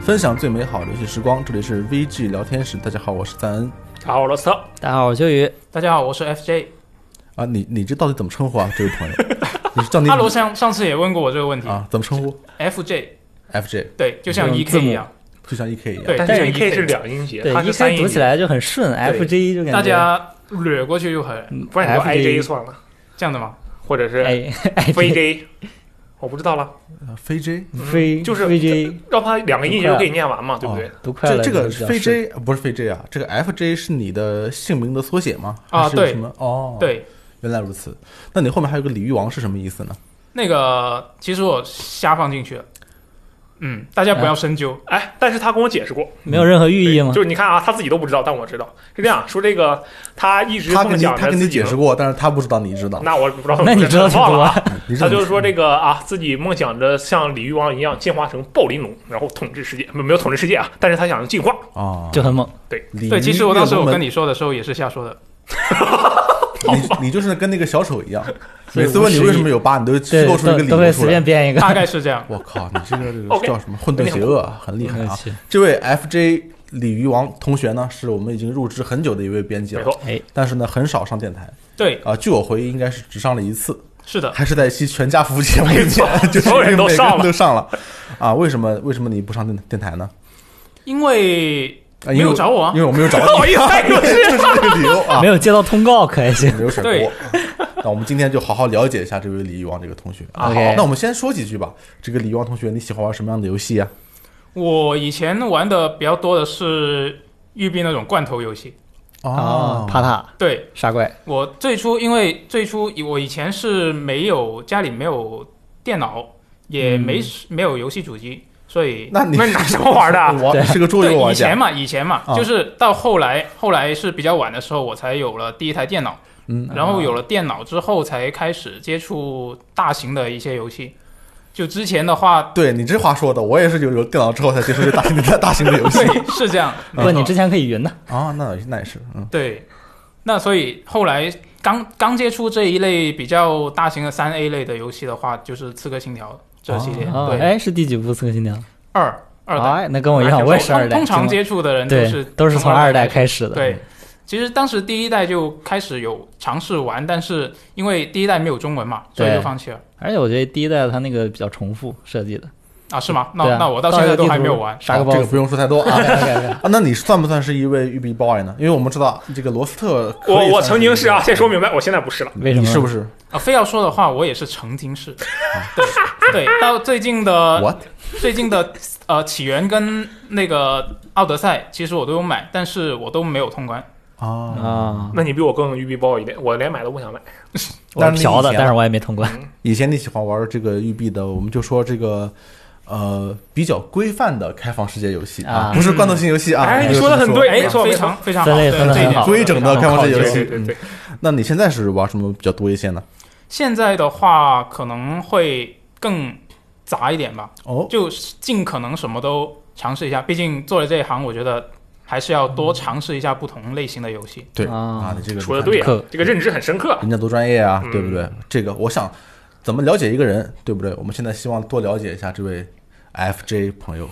分享最美好的游戏时光。这里是 VG 聊天室，大家好，我是赞恩大家好，我罗斯特。大家好，我是秋雨。大家好，我是 FJ。啊。你你这到底怎么称呼啊？这位朋友， 你是叫你阿罗上上次也问过我这个问题、啊？怎么称呼 f j ？FJ 对，就像嗯 EK 一样，就像 EK 一样。对，但它是就像 K 是这样，两音节，对它一是三开音读起节，来就很顺，FJ 就感觉大家略过去就很嗯不然你就 I J FJ 算了，这样的吗？或者是哎，非 J，我不知道了，啊飞 J 飞就是飞 J，让它两个音节都给你念完嘛，对不对？读快这了这就个比较飞顺 J 不是飞 J 啊，这个 FJ 是你的姓名的缩写吗？啊还是对什么？哦，，对，原来如此。那你后面还有个鲤鱼王是什么意思呢？那个其实我瞎放进去了，嗯，大家不要深究。哎，但是他跟我解释过，没有任何寓意对吗就？是你看啊，他自己都不知道，但我知道是这样说。这个他一直他跟梦你想他着跟自你己解能释过，但是他不知道你知道。那我不知道，那你知道挺忘多了啊啊。你知道他就是说这个啊，自己梦想着像鲤鱼王一样进化成暴鳞龙，然后统治世界，没没有统治世界啊，但是他想进化。啊，就很猛。鲤对，鱼其实我当时跃我龙门跟你说的时候也是瞎说的，你你就是跟那个小丑一样，所每以次问你无实为意什么有疤，你都虚对，构出一个都理都会由出随来。便。编一个。大概是这样我靠，你这个这个 OK 叫什么混沌邪恶啊，很厉害 啊！去这位 FJ 鲤鱼王同学呢，是我们已经入职很久的一位编辑没了，错，但是呢，很少上电台对，啊。据我回忆，应该是只上了一次，是的，还是在一期全家福节目里 没 错面，就是所有人都每个上了都上了啊。为什么为什么你不上电电台呢？因为啊，没因为有找我啊因为我没有找你， 不好意思哎呦 就是这个理由啊没。有接到通告可还 行？没有甩锅对。那我们今天就好好了解一下这位李玉王这个同学啊。 OK 好，那我们先说几句吧。这个李玉王同学，你喜欢玩什么样的游戏啊？我以前玩的比较多的是育碧那种罐头游戏。哦啊，爬塔对，杀怪，我最初因为最初我以前是没有家里没有电脑，也没、没有游戏主机，所以那你那你拿什么 玩的啊？玩对是个桌游对以玩前家，嘛，以前嘛，啊就是到后来后来是比较晚的时候，我才有了第一台电脑，嗯，然后有了电脑之后才开始接触大型的一些游戏。就之前的话， 对你这话说的，我也是有有电脑之后才接触这大型 的大型的游戏对，是这样。不没过错你之前可以云的，啊。那那也是，嗯，对，那所以后来刚刚接触这一类比较大型的三 A 类的游戏的话，就是《刺客信条》这系列。哦对，哎，是第几部《刺客信条》？二二代，哎，那跟我一样，我也是二通代。通常真的接触的人对是都是是从二代始开始的。对。其实当时第一代就开始有尝试玩，但是因为第一代没有中文嘛，所以对就放弃了而且我觉得第一代它那个比较重复设计的，啊？是吗？那、对啊那我到现在都还没有玩。杀个好这个 boss。不用说太多啊。 OK，OK，OK 啊，那你算不算是一位育碧 boy 呢？因为我们知道这个罗斯特可以我我算曾经一是个啊，先说明白，我现在不是了。为什么你是不是啊，非要说的话，我也是曾经是。啊 对对，到最近呃 的 what？最近的呃起源跟那个奥德赛，其实我都有买，但是我都没有通关。啊，啊？那你比我更育碧 boy 一点，我连买都不想买。我是嫖但是你以的，前但是我也没通关。以前你喜欢玩这个育碧的，我们就说这个。呃，比较规范的开放世界游戏啊不是罐头型游戏啊。哎这你个说得这么很对哎没错非没错常非常好，分类对分得这一很点好规整的开放式游对戏对。对对，那你现在是玩什么比较多一些呢？现在的话可能会更杂一点吧，哦，就尽可能什么都尝试一下。毕竟做了这一行，我觉得还是要多尝试一下不同类型的游戏。对啊啊，你这个说的对啊，啊，这个认知很深刻。人家多专业啊，嗯对不对？这个我想怎么了解一个人，对不对？我们现在希望多了解一下这位 FJ 朋 友，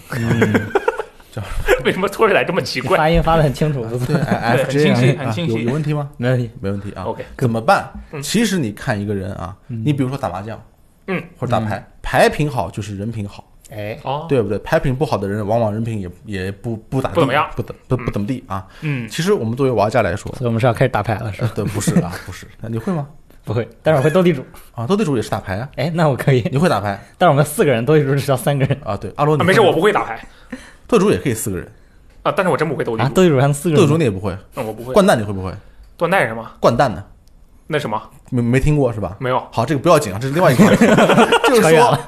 为什么说起来这么 奇怪？发音发的很清楚，不错对，哎对很清晰 FJ 啊很清晰有有问题吗？ 没问题。没问题啊。 OK 怎么办？嗯其实你看一个人啊，你比如说打麻将，嗯，或者打牌，牌品好就是人品好。哎，哦，对不对？牌品不好的人，往往人品也也不不咋地不怎么样不怎不不怎么地啊。嗯，其实我们作为玩家来说，所以我们是要开始打牌了，是吧？呃，对，不是啊，不是。 那你会吗？不会，但是我会斗地主。啊，斗地主也是打牌啊，哎，那我可以，你会打牌但是我们四个人斗地主只需要三个人啊？对，阿罗啊你没事，会我吗不会打牌斗地主也可以四个人，啊，但是我真不会斗地啊，主，斗地主还能四个斗地人主吗。你也不会，嗯我不会。掼蛋你会不会？断代是什么？掼蛋呢？那什么没没听过是吧？没有？好，这个不要紧啊，这是另外一个话题，就是扯远说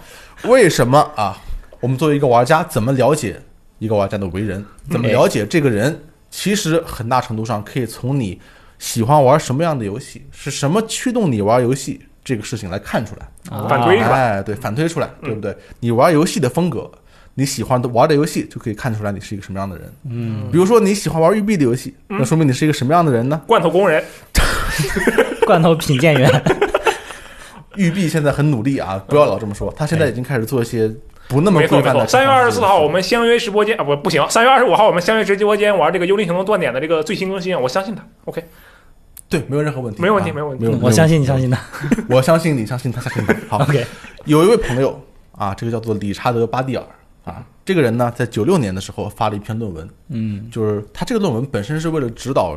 为什么啊？我们作为一个玩家，怎么了解一个玩家的为人？怎么了解这个人？其实很大程度上可以从你喜欢玩什么样的游戏，是什么驱动你玩游戏这个事情来看出来。啊反推是吧？哎，对，反推出来，对不对？你玩游戏的风格，你喜欢的玩的游戏，就可以看出来你是一个什么样的人。嗯，比如说你喜欢玩育碧的游戏，那说明你是一个什么样的人呢？罐头工人，罐头品鉴员，育碧现在很努力啊，不要老这么说，他现在已经开始做一些不那么嗯没错规没范错，的。三月二十四号我们相约直播间啊，不不行，三月二十五号我们相约直播间玩这个《幽灵行动》断点的这个最新更新，我相信他。OK，对，没有任何问题，没有问题啊没有问题没有问题。 我相信你，相信他。我相信你，相信他，相信他。好， OK，有一位朋友啊，这个叫做理查德·巴蒂尔啊，这个人呢，在九六年的时候发了一篇论文，嗯就是他这个论文本身是为了指导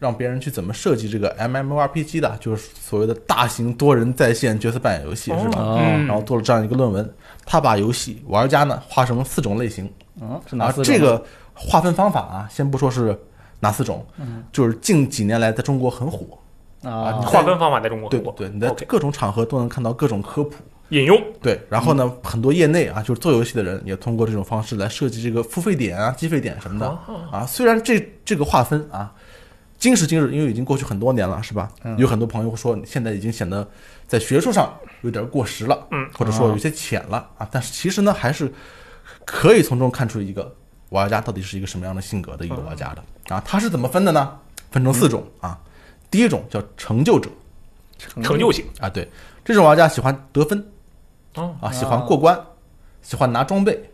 让别人去怎么设计这个 MMORPG 的，就是所谓的大型多人在线角色扮演游戏，是吧？哦嗯然后做了这样一个论文，他把游戏玩家呢划成四种类型，嗯，是哪啊，四种？这个划分方法啊，先不说是哪四种，嗯就是近几年来在中国很火，啊你划分方法在中国对很火，对，你在 OK 各种场合都能看到各种科普，引用对，然后呢，很多业内啊，就是做游戏的人也通过这种方式来设计这个付费点啊、计费点什么的啊啊。虽然这这个划分啊，今时今日，因为已经过去很多年了，是吧？有很多朋友说，现在已经显得在学术上有点过时了，嗯，或者说有些浅了啊。但是其实呢，还是可以从中看出一个玩家到底是一个什么样的性格的一个玩家的啊。他是怎么分的呢？分成四种啊。第一种叫成就者成就型啊，对，这种玩家喜欢得分，哦啊，喜欢过关，喜欢拿装备，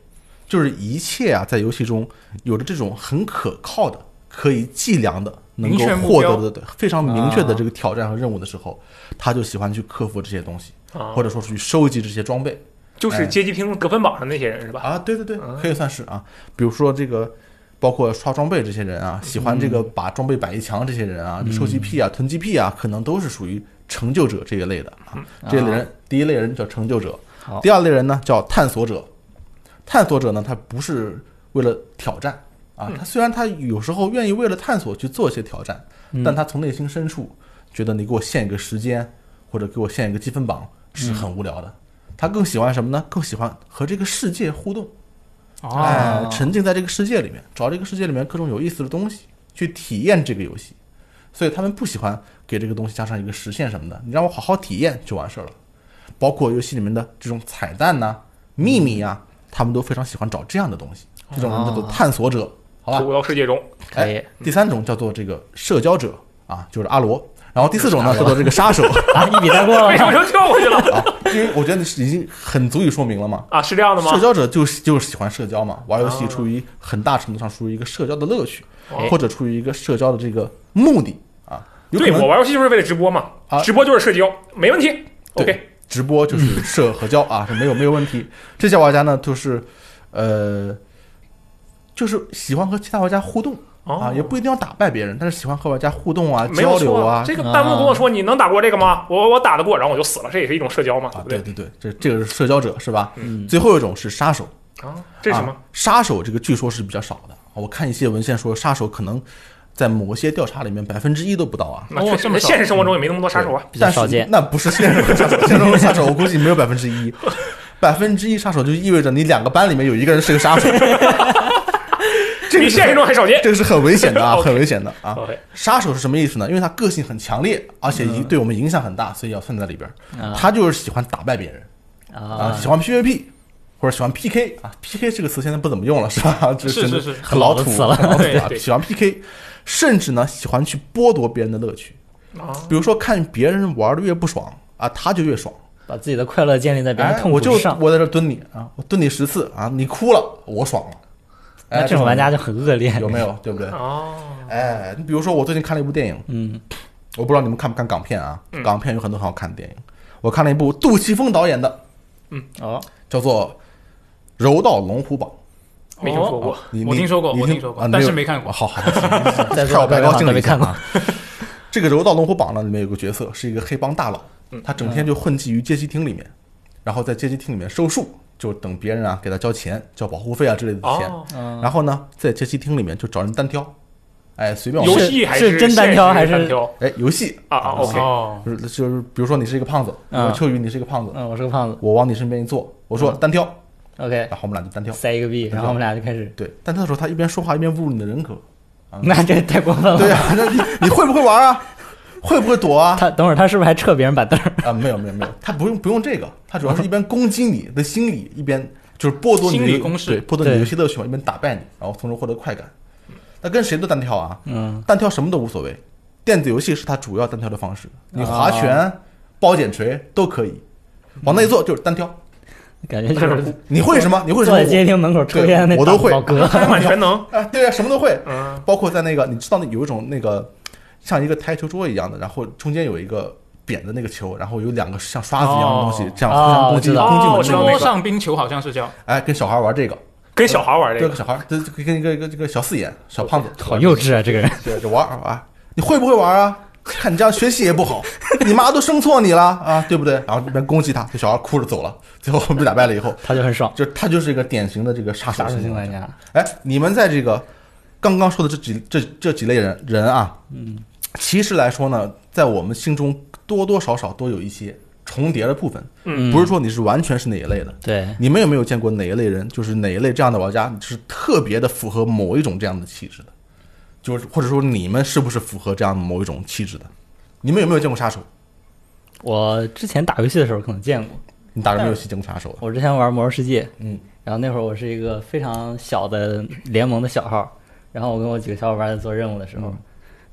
就是一切啊，在游戏中有着这种很可靠的、可以计量的、能明够确目获标得的对非常明确的啊这个挑战和任务的时候，他就喜欢去克服这些东西，啊或，者说哎去收集这些装备就是阶级拼得分榜上那些人是吧？啊。对对对啊，可以算是啊。比如说这个。包括刷装备这些人啊，喜欢这个把装备摆一墙这些人啊，收 GP 啊、囤 GP 啊，可能都是属于成就者这一类的啊。这一类人，第一类人叫成就者，好第二类人呢叫探索者，探索者呢，他不是为了挑战啊，他虽然他有时候愿意为了探索去做一些挑战，但他从内心深处觉得你给我限一个时间或者给我限一个积分榜是很无聊的。他更喜欢什么呢？更喜欢和这个世界互动，哦，哎，沉浸在这个世界里面，找这个世界里面各种有意思的东西，去体验这个游戏。所以他们不喜欢给这个东西加上一个实现什么的，你让我好好体验就完事儿了。包括游戏里面的这种彩蛋呐、秘密呀、他们都非常喜欢找这样的东西。这种人叫做探索者，好啊吧投？入到世界中，可以哎第三种叫做这个社交者啊，就是阿罗。然后第四种呢叫做这个杀手 啊，一笔带过为什么了。就跳过去了啊，因为我觉得你是已经很足以说明了嘛。啊？是这样的吗社？交者就是就是喜欢社交嘛，玩游戏啊出于很大程度上出于一个社交的乐趣，哎或者出于一个社交的这个目的啊。有可对我能玩游戏就是为了直播嘛啊，直播就是社交，没问题。对 OK，直播就是社和交啊，是没有没有问题。这些玩家呢，就是呃，就是喜欢和其他玩家互动啊，哦也不一定要打败别人，但是喜欢和玩家互动啊、没交有流错啊。这个弹幕跟我说你能打过这个吗？我我打得过，然后我就死了，这也是一种社交嘛，啊，对对不对对，这这个是社交者是吧？嗯最后一种是杀手，对？啊，这是什么啊？杀手这个据说是比较少的，我看一些文献说杀手可能在某些调查里面百分之一都不到啊。那哦确这实么少现实生活中也没那么多杀手啊。比较但是少见那不是现实中的杀手，现实中的杀手我估计没有百分之一，百分之一杀手就意味着你两个班里面有一个人是个杀手， 这 比个现实是中还少见。这个是很危险的 啊， OK 很危险的啊。 OK，杀手是什么意思呢？因为他个性很强烈，而且嗯已对我们影响很大，所以要算在里边儿。啊他就是喜欢打败别人， 啊，啊喜欢 PVP 或者喜欢 PK 啊，PK 这个词现在不怎么用了，是 吧？这是真的是是很老土很老的词了很老土啊对对喜欢 PK，甚至呢喜欢去剥夺别人的乐趣，啊，比如说看别人玩的越不爽啊，他就越爽。把自己的快乐建立在别人哎，痛苦我就之上，我在这蹲你啊，我蹲你十次啊，你哭了，我爽了。哎，那这种玩家就很恶劣。有没有？对不对？哦，哎，你比如说我最近看了一部电影，嗯，我不知道你们看不看港片啊？港片有很多很好看的电影，我看了一部杜琪峰导演的， 哦，叫做《柔道龙虎榜》。没听说过哦。你我你听说过你啊我听说过但是没看过好好， 好在跳座白的高好兴了一像都没下看过啊。 这个《柔道龙虎榜》呢，里面有个角色是一个黑帮大佬，嗯他整天就混迹于街机厅里面，然后在街机厅里面收数，就等别人啊给他交钱、交保护费啊之类的钱，哦，嗯，然后呢，在街机厅里面就找人单挑，哎，随便游玩。戏还是是真单挑现实还是单挑哎，游戏啊啊？OK，哦，就是就是，比如说你是一个胖子，嗯我秋雨你是一个胖子，嗯，我是个 胖子。我往你身边一坐，我说单挑， OK，然后我们俩就单挑。塞一个币，然后我们俩就开始。对，单挑的时候他一边说话一边侮辱你的人格， 那这太过分了。嗯对啊，那你你会不会玩啊？会不会躲啊？他等会儿他是不是还撤别人板凳儿？啊，没有没有没有，他不用不用这个，他主要是一边攻击你的心理，一边就是剥夺你的心理攻势对，剥夺你的对游戏乐趣嘛，一边打败你，然后从中获得快感。那跟谁都单挑啊， 嗯，单挑什么都无所谓，电子游戏是他主要单挑的啊方式，你划拳、包剪锤都可以，往那一坐就是单挑，感 觉就是你会什么？你会什坐么在？街厅门口抽对烟的那我都会老哥，开满全能，啊，对啊，什么都会，嗯，包括在那个，你知道那有一种那个像一个台球桌一样的，然后中间有一个扁的那个球，然后有两个像刷子一样的东西，哦这样互相哦攻我击、知道攻击知道我那那个。桌上冰球好像是叫，哎，跟小孩玩这个，跟小孩玩这跟个，小孩，这这跟一个一个这个小四眼、小胖子， 好幼稚啊！这个人对，就玩儿啊。你会不会玩啊？看你这样学习也不好，你妈都生错你了啊，对不对？然后这边攻击他，这小孩哭着走了。最后我们打败了以后，他就很 爽，就他就是一个典型的这个杀手杀手型型玩玩家。家。哎，你们在这个刚刚说的这几这这几类人人啊，嗯，其实来说呢，在我们心中多多少少都有一些重叠的部分，嗯，不是说你是完全是哪一类的。对，你们有没有见过哪一类人，就是哪一类这样的玩家，是特别的符合某一种这样的气质的？就是或者说你们是不是符合这样某一种气质的？你们有没有见过杀手？我之前打游戏的时候可能见过，你打什么游戏见过杀手的？我之前玩《魔兽世界》，嗯，然后那会儿我是一个非常小的联盟的小号，然后我跟我几个小伙伴在做任务的时候，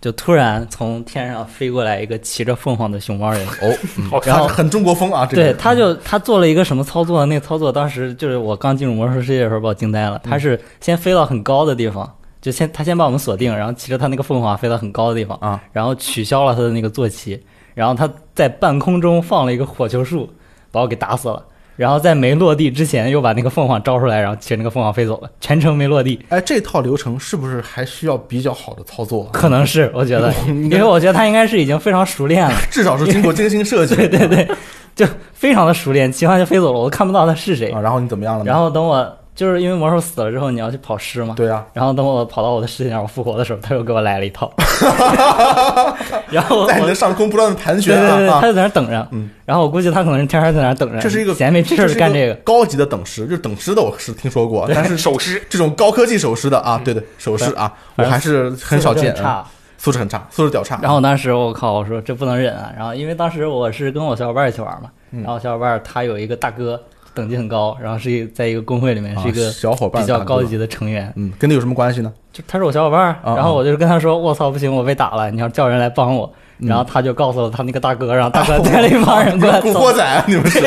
就突然从天上飞过来一个骑着凤凰的熊猫人，哦，好然看后很中国风啊，这个对，他就他做了一个什么操作？那个操作当时就是我刚进入魔兽世界的时候把我惊呆了。他嗯是先飞到很高的地方，就先他先把我们锁定，然后骑着他那个凤凰飞到很高的地方啊，然后取消了他的那个坐骑，然后他在半空中放了一个火球术，把我给打死了。然后在没落地之前，又把那个凤凰招出来，然后骑着那个凤凰飞走了，全程没落地。哎，这套流程是不是还需要比较好的操作啊？可能是我觉得，因为我觉得他应该是已经非常熟练了， 至少是经过精心设计，对对对就非常的熟练，骑完就飞走了，我都看不到他是谁啊。。然后你怎么样了呢？然后等我就是因为魔兽死了之后，你要去跑尸嘛。对啊，然后等我跑到我的尸体上，我复活的时候，他又给我来了 一套。然后我在你的对上空不断的盘旋对对，啊他啊！就在那儿等着。嗯然后我估计他可能是天天在那儿等着，这是一个闲没事这儿是就一干这个。高级的等尸，就是等尸的，我是听说过，但是手势，这种高科技手尸的啊，对对，手尸啊，我嗯反正还是很少见，嗯差。素质很差，素质屌差。然后当时我靠，我说这不能忍啊！然后因为当时我是跟我小伙伴一起玩嘛，嗯然后小伙伴他有一个大哥，等级很高，然后是一在一个工会里面啊是一个小伙伴比较大哥高级的成员，嗯，跟你有什么关系 呢？就他是我小伙伴儿，啊然后我就跟他说：“我操，不行，我被打了，你要叫人来帮我。”嗯然后他就告诉了他那个大哥，然后大 哥带了一帮人过来古揍惑 仔，啊你们是？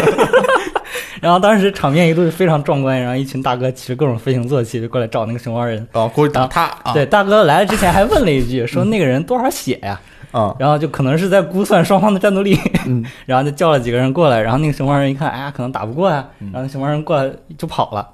然后当时场面一度是非常壮观，然后一群大哥骑着各种飞行坐骑就过来找那个熊猫人。啊，过去打他啊！对，大哥来了之前还问了一 句，说那个人多少血呀、啊，然后就可能是在估算双方的战斗力， 嗯 然后就叫了几个人过来，然后那个熊猫人一看，哎呀，可能打不过呀，嗯然后那熊猫人过来就跑了，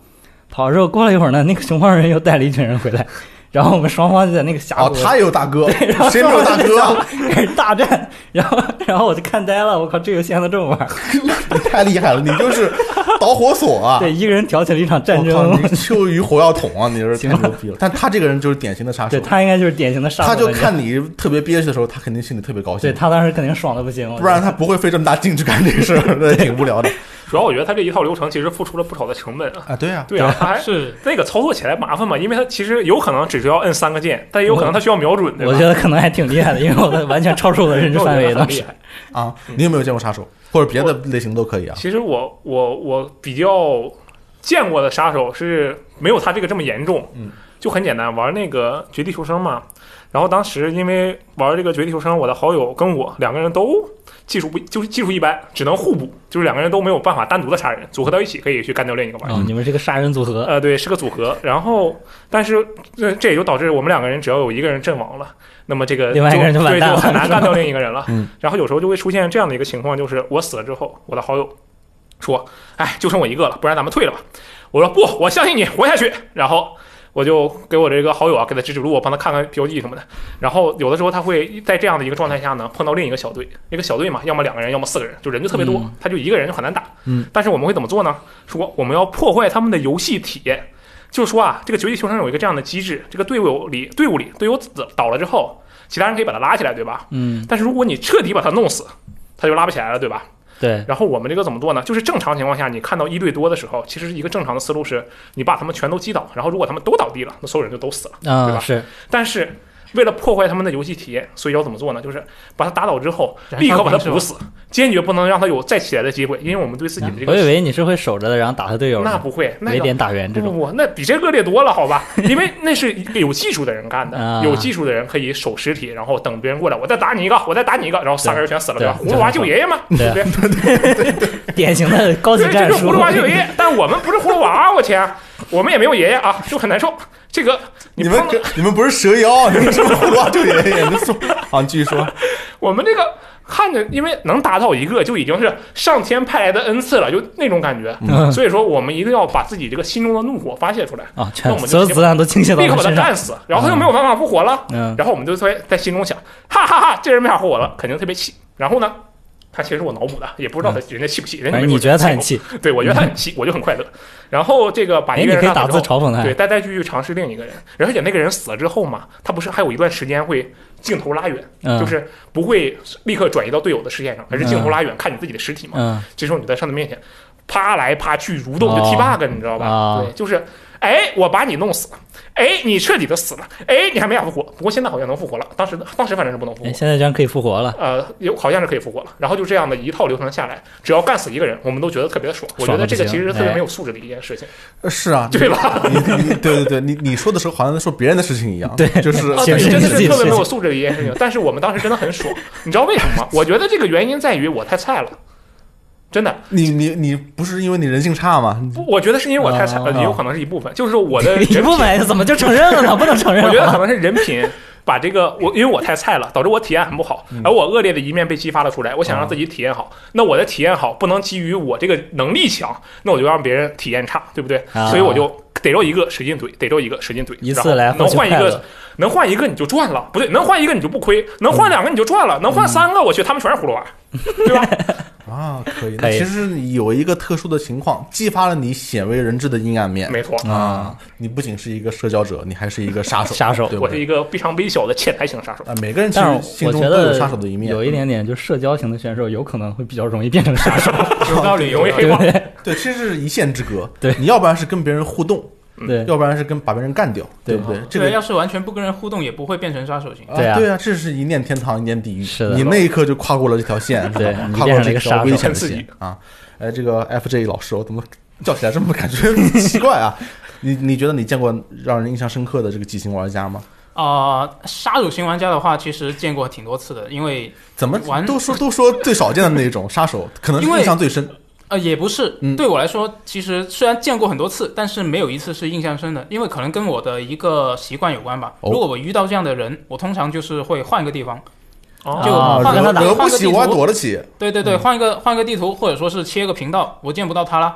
跑了之后过了一会儿呢，那个熊猫人又带了一群 人回来，然后我们双方就在那个峡哦谷，他也有大哥，然后谁没有大哥啊？开始 大战，然后然后我就看呆了，我靠，这游戏还能这么玩儿？ 你太厉害了，你就是导火索啊！对，一个人挑起了一场战我靠，争你，秋雨火药桶啊，你 是太牛逼了！但他这个人就是典型的杀手对，他应该就是典型的杀手他玩家。就看你特别憋屈的时候，他肯定心里特别高对兴，他当时肯定爽的不行，我觉得不然他不会费这么大劲去干这个事儿，那也挺无聊的主要我觉得他这一套流程其实付出了不少的成本啊。啊。对啊，对啊，他还是那个操作起来麻烦嘛，因为他其实有可能只需要摁三个键，但也有可能他需要瞄准，对吧？我觉得可能还挺厉害的，因为我的完全超出我的认知范 围很了。厉害。啊，你有没有见过杀手或者别的类型都可以啊？其实我我我比较见过的杀手是没有他这个这么严重，嗯，就很简单，玩那个绝地求生嘛。然后当时因为玩这个绝地求生，我的好友跟我两个人都技术不就是技术一般，只能互补，就是两个人都没有办法单独的杀人，组合到一起可以去干掉另一个玩家。啊，你们是个杀人组合，呃，对，是个组合。然后，但是这这也就导致我们两个人只要有一个人阵亡了，那么这个另外一个人就完对蛋就了很难是吧干掉另一个人了。嗯 然后有时候就会出现这样的一个情况，就是我死了之后，我的好友说：“哎，就剩我一个了，不然咱们退了吧。”我说：“不，我相信你，活下去。”然后。我就给我这个好友啊，给他指指路，我帮他看看标记什么的。然后有的时候他会在这样的一个状态下呢，碰到另一个小队，一个小队嘛，要么两个人，要么四个人，就人就特别多，嗯他就一个人就很难打。嗯，但是我们会怎么做呢？说我们要破坏他们的游戏体验，就是说啊，这个绝地求生有一个这样的机制，这个队伍里队伍里队友倒倒了之后，其他人可以把他拉起来，对吧？嗯，但是如果你彻底把他弄死，他就拉不起来了，对吧？对，然后我们这个怎么做呢？就是正常情况下，你看到一对多的时候，其实一个正常的思路是，你把他们全都击倒，然后如果他们都倒地了，那所有人就都死了。对啊吧是，但是为了破坏他们的游戏体验，所以要怎么做呢？就是把他打倒之后，燃烧立刻把他瓶是吧补死，坚决不能让他有再起来的机会，因为我们对自己的这啊我以个。为你是会守着的，然后打他队友那呢，不会，那围个点打援嗯这不种。不不，那比这恶劣多了，好 吧？因为那是一个有技术的人干啊的，有技术的人可以守实体，然后等别人过来，我再打你一个，我再打你一个，然后三个人全死了，对对吧？葫芦娃救爷爷嘛，对不对？典型 的高级对，这战就是术葫。芦娃救爷爷，但我们不是葫芦娃，啊我天，我们也没有爷爷啊，就很难受。这个你你们碰到跟你们不是蛇妖，你们是葫芦娃救爷爷。你 说啊，你继续说，我们这个看着，因为能打倒一个就已经是上天派来的恩赐了，就那种感觉。嗯所以说，我们一定要把自己这个心中的怒火发泄出来，啊，那全我们就所有子弹都倾泻 到立刻把他他身上。干死，然后他就没有办法复活了。嗯，然后我们就在在心中想，哈哈哈这人没法活我了，肯定特别气。然后呢，他其实我脑补的，也不知道他人家气不气，人家反没正给我嗯哎你觉得他很气气，过，对我觉得他很气，我就很快乐。然后这个把一哎，你个可人以打打倒之字后，嘲讽他对，。再再去去尝试另一个人，而且那个人死了之后嘛，他不是还有一段时间会镜头拉远，嗯，就是不会立刻转移到队友的视线上，而是镜头拉远看你自己的尸体嘛。嗯，这时候你在上帝面前趴来趴去蠕动你的 T bug，、你知道吧？哦啊对，就是哎，我把你弄死了，哎，你彻底的死了，哎，你还没法复活。不过现在好像能复活了，当时当时反正是不能复活哎，。现在居然可以复活了，呃，有好像是可以复活了，然后就这样的一套流程下来，只要干死一个人，我们都觉得特别爽。我觉爽得得这不个其行实是特别哎没有素质的一件事情，呃是啊，对吧？你你对对对，你你说的时候好像在说别人的事情一样，对就是啊， 显对，示真你的自己是的特别没事有情。素质的一件事情。但是我们当时真的很爽，你知道为什么吗？我觉得这个原因在于我太菜了，真的，你你你不是因为你人性差吗？不，我觉得是因为我太菜了，哦也有可能是一部分，就是说我的人 你品不买怎么就承认了呢？不能承认 我啊。觉 得可能是人品把这个我，因为我太菜了，导致我体验很不好，嗯而我恶劣的一面被激发了出来。我想让自己体验好，那我的体验好不能基于我这个能力强，那我就让别人体验差，对不对？啊所以我就逮着一个使劲怼，逮着一个使劲怼，一然次后来能获取换一快个乐。嗯能换一个你就赚了，不对，能换一个你就不亏，能换两个你就赚了，能换三个，我去，他们全是葫芦娃，对吧？啊，可以，可那以其实有一个特殊的情况，激发了你鲜为人知的阴暗面没错，嗯啊！你不仅是一个社交者，你还是一个杀手， 杀手对不我是对？一个非常微小的潜台型杀手。啊，每个人其但实是心我中觉都得有杀手的一面，有一点点，就社交型的选手有可能会比较容易变成杀手，有道理，容易有黑道理嗯对化不，对，对？其实是一线之隔。对你要不然是跟别人互动，对，要不然是跟把别人干掉，对对不 对？这这个个要是完全不跟人互动，也不会变成杀手型。啊对啊对啊，这是一念天堂，一念地狱。是的你那一刻就跨过了这条线，对是吧你跨变过成了这一个条危险的杀手很刺线激啊！哎，这个 FJ 老师，我怎么叫起来这么感觉奇怪啊？ 你你觉得你见过让人印象深刻的这个畸形玩家吗？啊、杀手型玩家的话，其实见过挺多次的，因为怎么玩都说都说最少见的那种杀手，可能是因为印象最深。呃也不是、嗯对我来说，其实虽然见过很多次，但是没有一次是印象深的，因为可能跟我的一个习惯有关吧。哦如果我遇到这样的人，我通常就是会换个地方，哦就啊换惹个、惹换不个起地我还图，躲得起，对对对，换一个换个地图，或者说是切个频道，我见不到他了。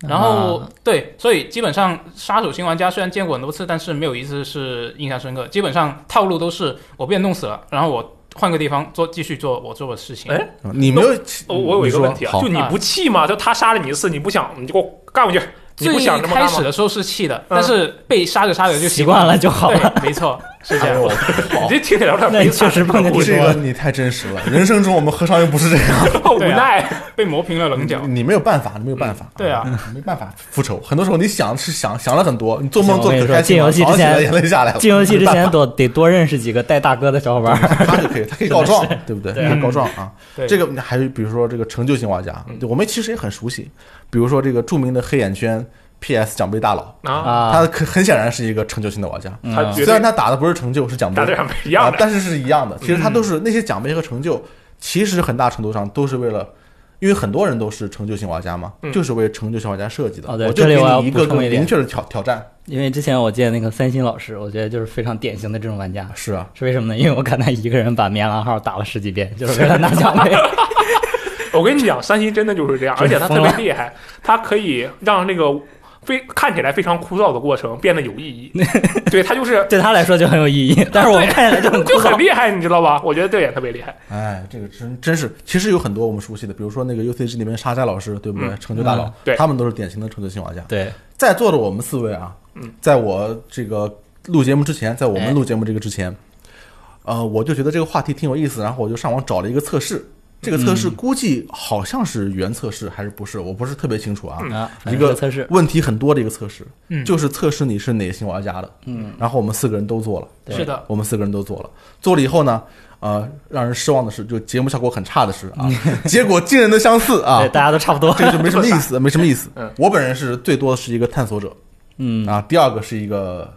然后、啊对，所以基本上杀手型玩家虽然见过很多次，但是没有一次是印象深刻。基本上套路都是我被弄死了，然后我换个地方做继续做我做的事情。哎嗯你没有。哦，我有一个问题啊你，就说你不气吗？就他杀了你一次，你不想你就给我干回去，你最不想这么干开始吗？的时候是气的，但是被杀着杀着就习惯了就好了。对，没错，是这样。你这听起来有点那悲你惨，确 实碰好，见挺这多个的。你太真实了。人生中我们何尝又不是这样？ 无奈。啊 被磨平了棱角。你没有办法，你没有办嗯法。嗯对啊，没办法复仇。很多时候你想是想想了很多，你做梦行做我的可跟你说开心了，进早上游戏之起前来眼泪下来了。进游戏之前多得多认识几个带大哥的小伙 伴。他就可以，他可以告 状，对不对？对可以告状嗯啊。对这个还有比如说这个成就型玩家，我们其实也很熟悉，比如说这个著名的黑眼圈 PS 奖杯大佬，啊，啊，他可很显然是一个成就型的玩家，嗯他绝虽然对他打的不是成就，是奖杯打，这样一样啊的，嗯但是是一样的。其实他都是那些奖杯和成就，其实很大程度上都是为了。因为很多人都是成就型玩家嘛，嗯就是为成就型玩家设计的。哦对我就这里给我要你一补个充更一点明确的挑挑战。因为之前我见那个三星老师，我觉得就是非常典型的这种玩家，是啊，是为什么呢？因为我看他一个人把棉兰号打了十几遍，就是为了拿奖 杯。我跟你讲，三星真的就是这样，而且他特别厉害，他可以让那个非看起来非常枯燥的过程变得有意义。对他 就是对他来说就很有意义，但是我们看起来就很枯就很燥。厉害，你知道吧？我觉得这点特别厉害。哎，这个真真是，其实有很多我们熟悉的，比如说那个 UCG 里面沙加老师，对不对？嗯成就大佬嗯，对他们都是典型的成就型玩家。对，在座的我们四位啊，嗯在我这个录节目之前，在我哎们录节目这个之前，呃，我就觉得这个话题挺有意思，然后我就上网找了一个测试，这个测试嗯估计好像是原测试还是不是，我不是特别清楚啊。啊，一反正个是测试，问题很多的一个测试，嗯就是测试你是哪个新玩家的。嗯，然后我们四个人都做了，对是的，我们四个人都做了，做了以后呢，呃，让人失望的是，就节目效果很差的是 啊，结果竟然都相似啊对，，大家都差不 多，这个就没什么意思，没什么意思嗯。我本人是最多的是一个探索者，嗯，啊，第二个是一个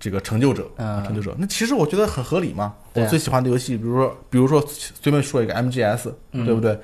这个成就者，嗯成就者。那其实我觉得很合理嘛。对我啊最喜欢的游戏，比如说，比如说随便说一个 MGS，嗯对不对？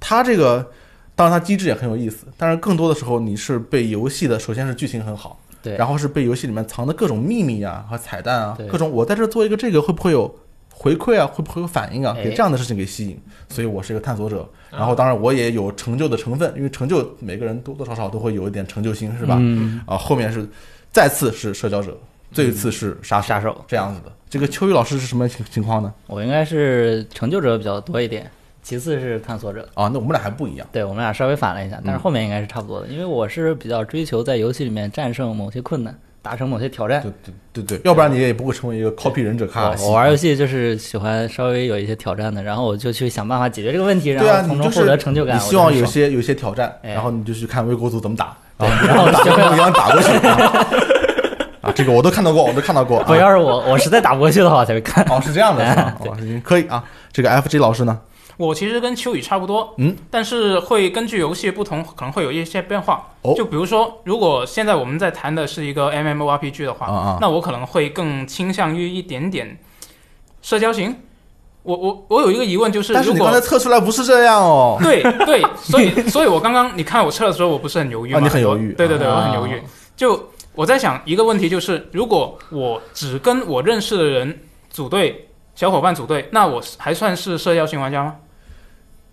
它这个当然它机制也很有意思，但是更多的时候你是被游戏的，首先是剧情很好，对，然后是被游戏里面藏的各种秘密啊和彩蛋啊对，各种我在这做一个这个会不会有回馈啊，会不会有反应啊，哎啊给这样的事情给吸引，所以我是一个探索者。然后当然我也有成就的成分，因为成就每个人多多少少都会有一点成就心，是吧？嗯啊，后面是再次是社交者，这一次是杀手杀手，这样子的。这个秋雨老师是什么情情况呢？啊我应该是成就者比较多一点，其次是探索者。啊，那我们俩还不一样。对我们俩稍微嗯反了一下，但是后面应该是差不多的，因为我是比较追求在游戏里面战胜某些困难，达成某些挑战。对对对对，要不然你也不会成为一个 copy 忍者卡卡西。哎我我玩游戏就是喜欢稍微有一些挑战的，然后我就去想办法解决这个问题，然对啊，后从你中就获是得成就感。你我希就望很有爽哦些有些挑战，哎然后你就去看微国族怎么打， 对然后打跟我一样打过去。啊，这个我都看到过，我都看到过。我啊要哎是我我实在打不过去的话，我才会看。哦，是这样的，是吧？哦，行可以啊。这个 FG 老师呢？我其实跟秋雨差不多，嗯，但是会根据游戏不同，可能会有一些变化。哦就比如说，如果现在我们在谈的是一个 MMORPG 的话，啊啊那我可能会更倾向于一点点社交型。我我我有一个疑问，就是但是如你刚果才测出来不是这样哦。 对对，所以 所以我刚刚你看我测的时候，我不是很犹豫啊吗？你很犹豫对对对，啊我很犹豫。就我在想一个问题，就是如果我只跟我认识的人组队，小伙伴组队，那我还算是社交型玩家吗？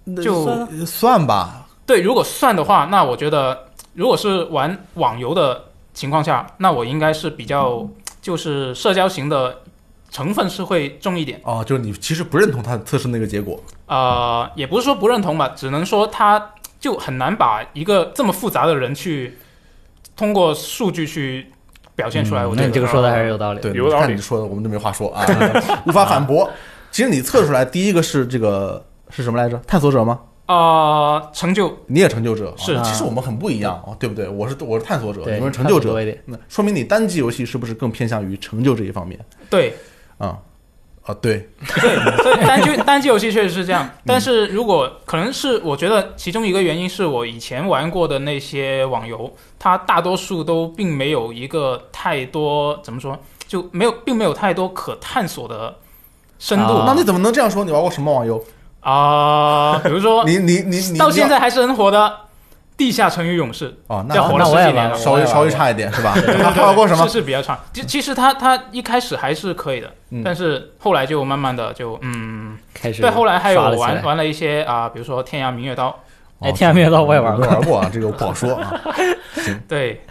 那就算算吧，对，如果算的话，那我觉得如果是玩网游的情况下，那我应该是比较嗯就是社交型的成分是会重一点。哦，就是你其实不认同他测试那个结果。呃，也不是说不认同吧，只能说他就很难把一个这么复杂的人去通过数据去表现出来。我觉嗯那得你这个说的还是有道理。嗯对，有你道理看你说的，我们就没话说啊， 无法反驳。其实你测出来，第一个是这个是什么来着？探索者吗？呃，成就你也成就者啊是其实我们很不一样啊，对不对？我是我是探索者，对，你们是成就差不多者，一点。那说明你单机游戏是不是更偏向于成就这一方面对啊？啊，对，对，所以 单机单机游戏确实是这样。但是如果可能是我觉得其中一个原因是我以前玩过的那些网游，它大多数都并没有一个太多怎么说，就没有并没有太多可探索的深度啊那你怎么能这样说？你玩过什么网游？啊、比如说你你你你到现在还是很火的《地下城与勇士》哦，那这火了那十我也几年玩了过，稍我微也玩稍微过。差一点是吧？他还玩过什么 是？是比较长。其其实他他一开始还是可以的，嗯但是后来就慢慢的就嗯，开始对，后来还有刷了起玩来。玩了一些啊、比如说《天涯明月刀》，哎，天涯明月刀我也玩没过。玩过啊，这个不好说啊。对。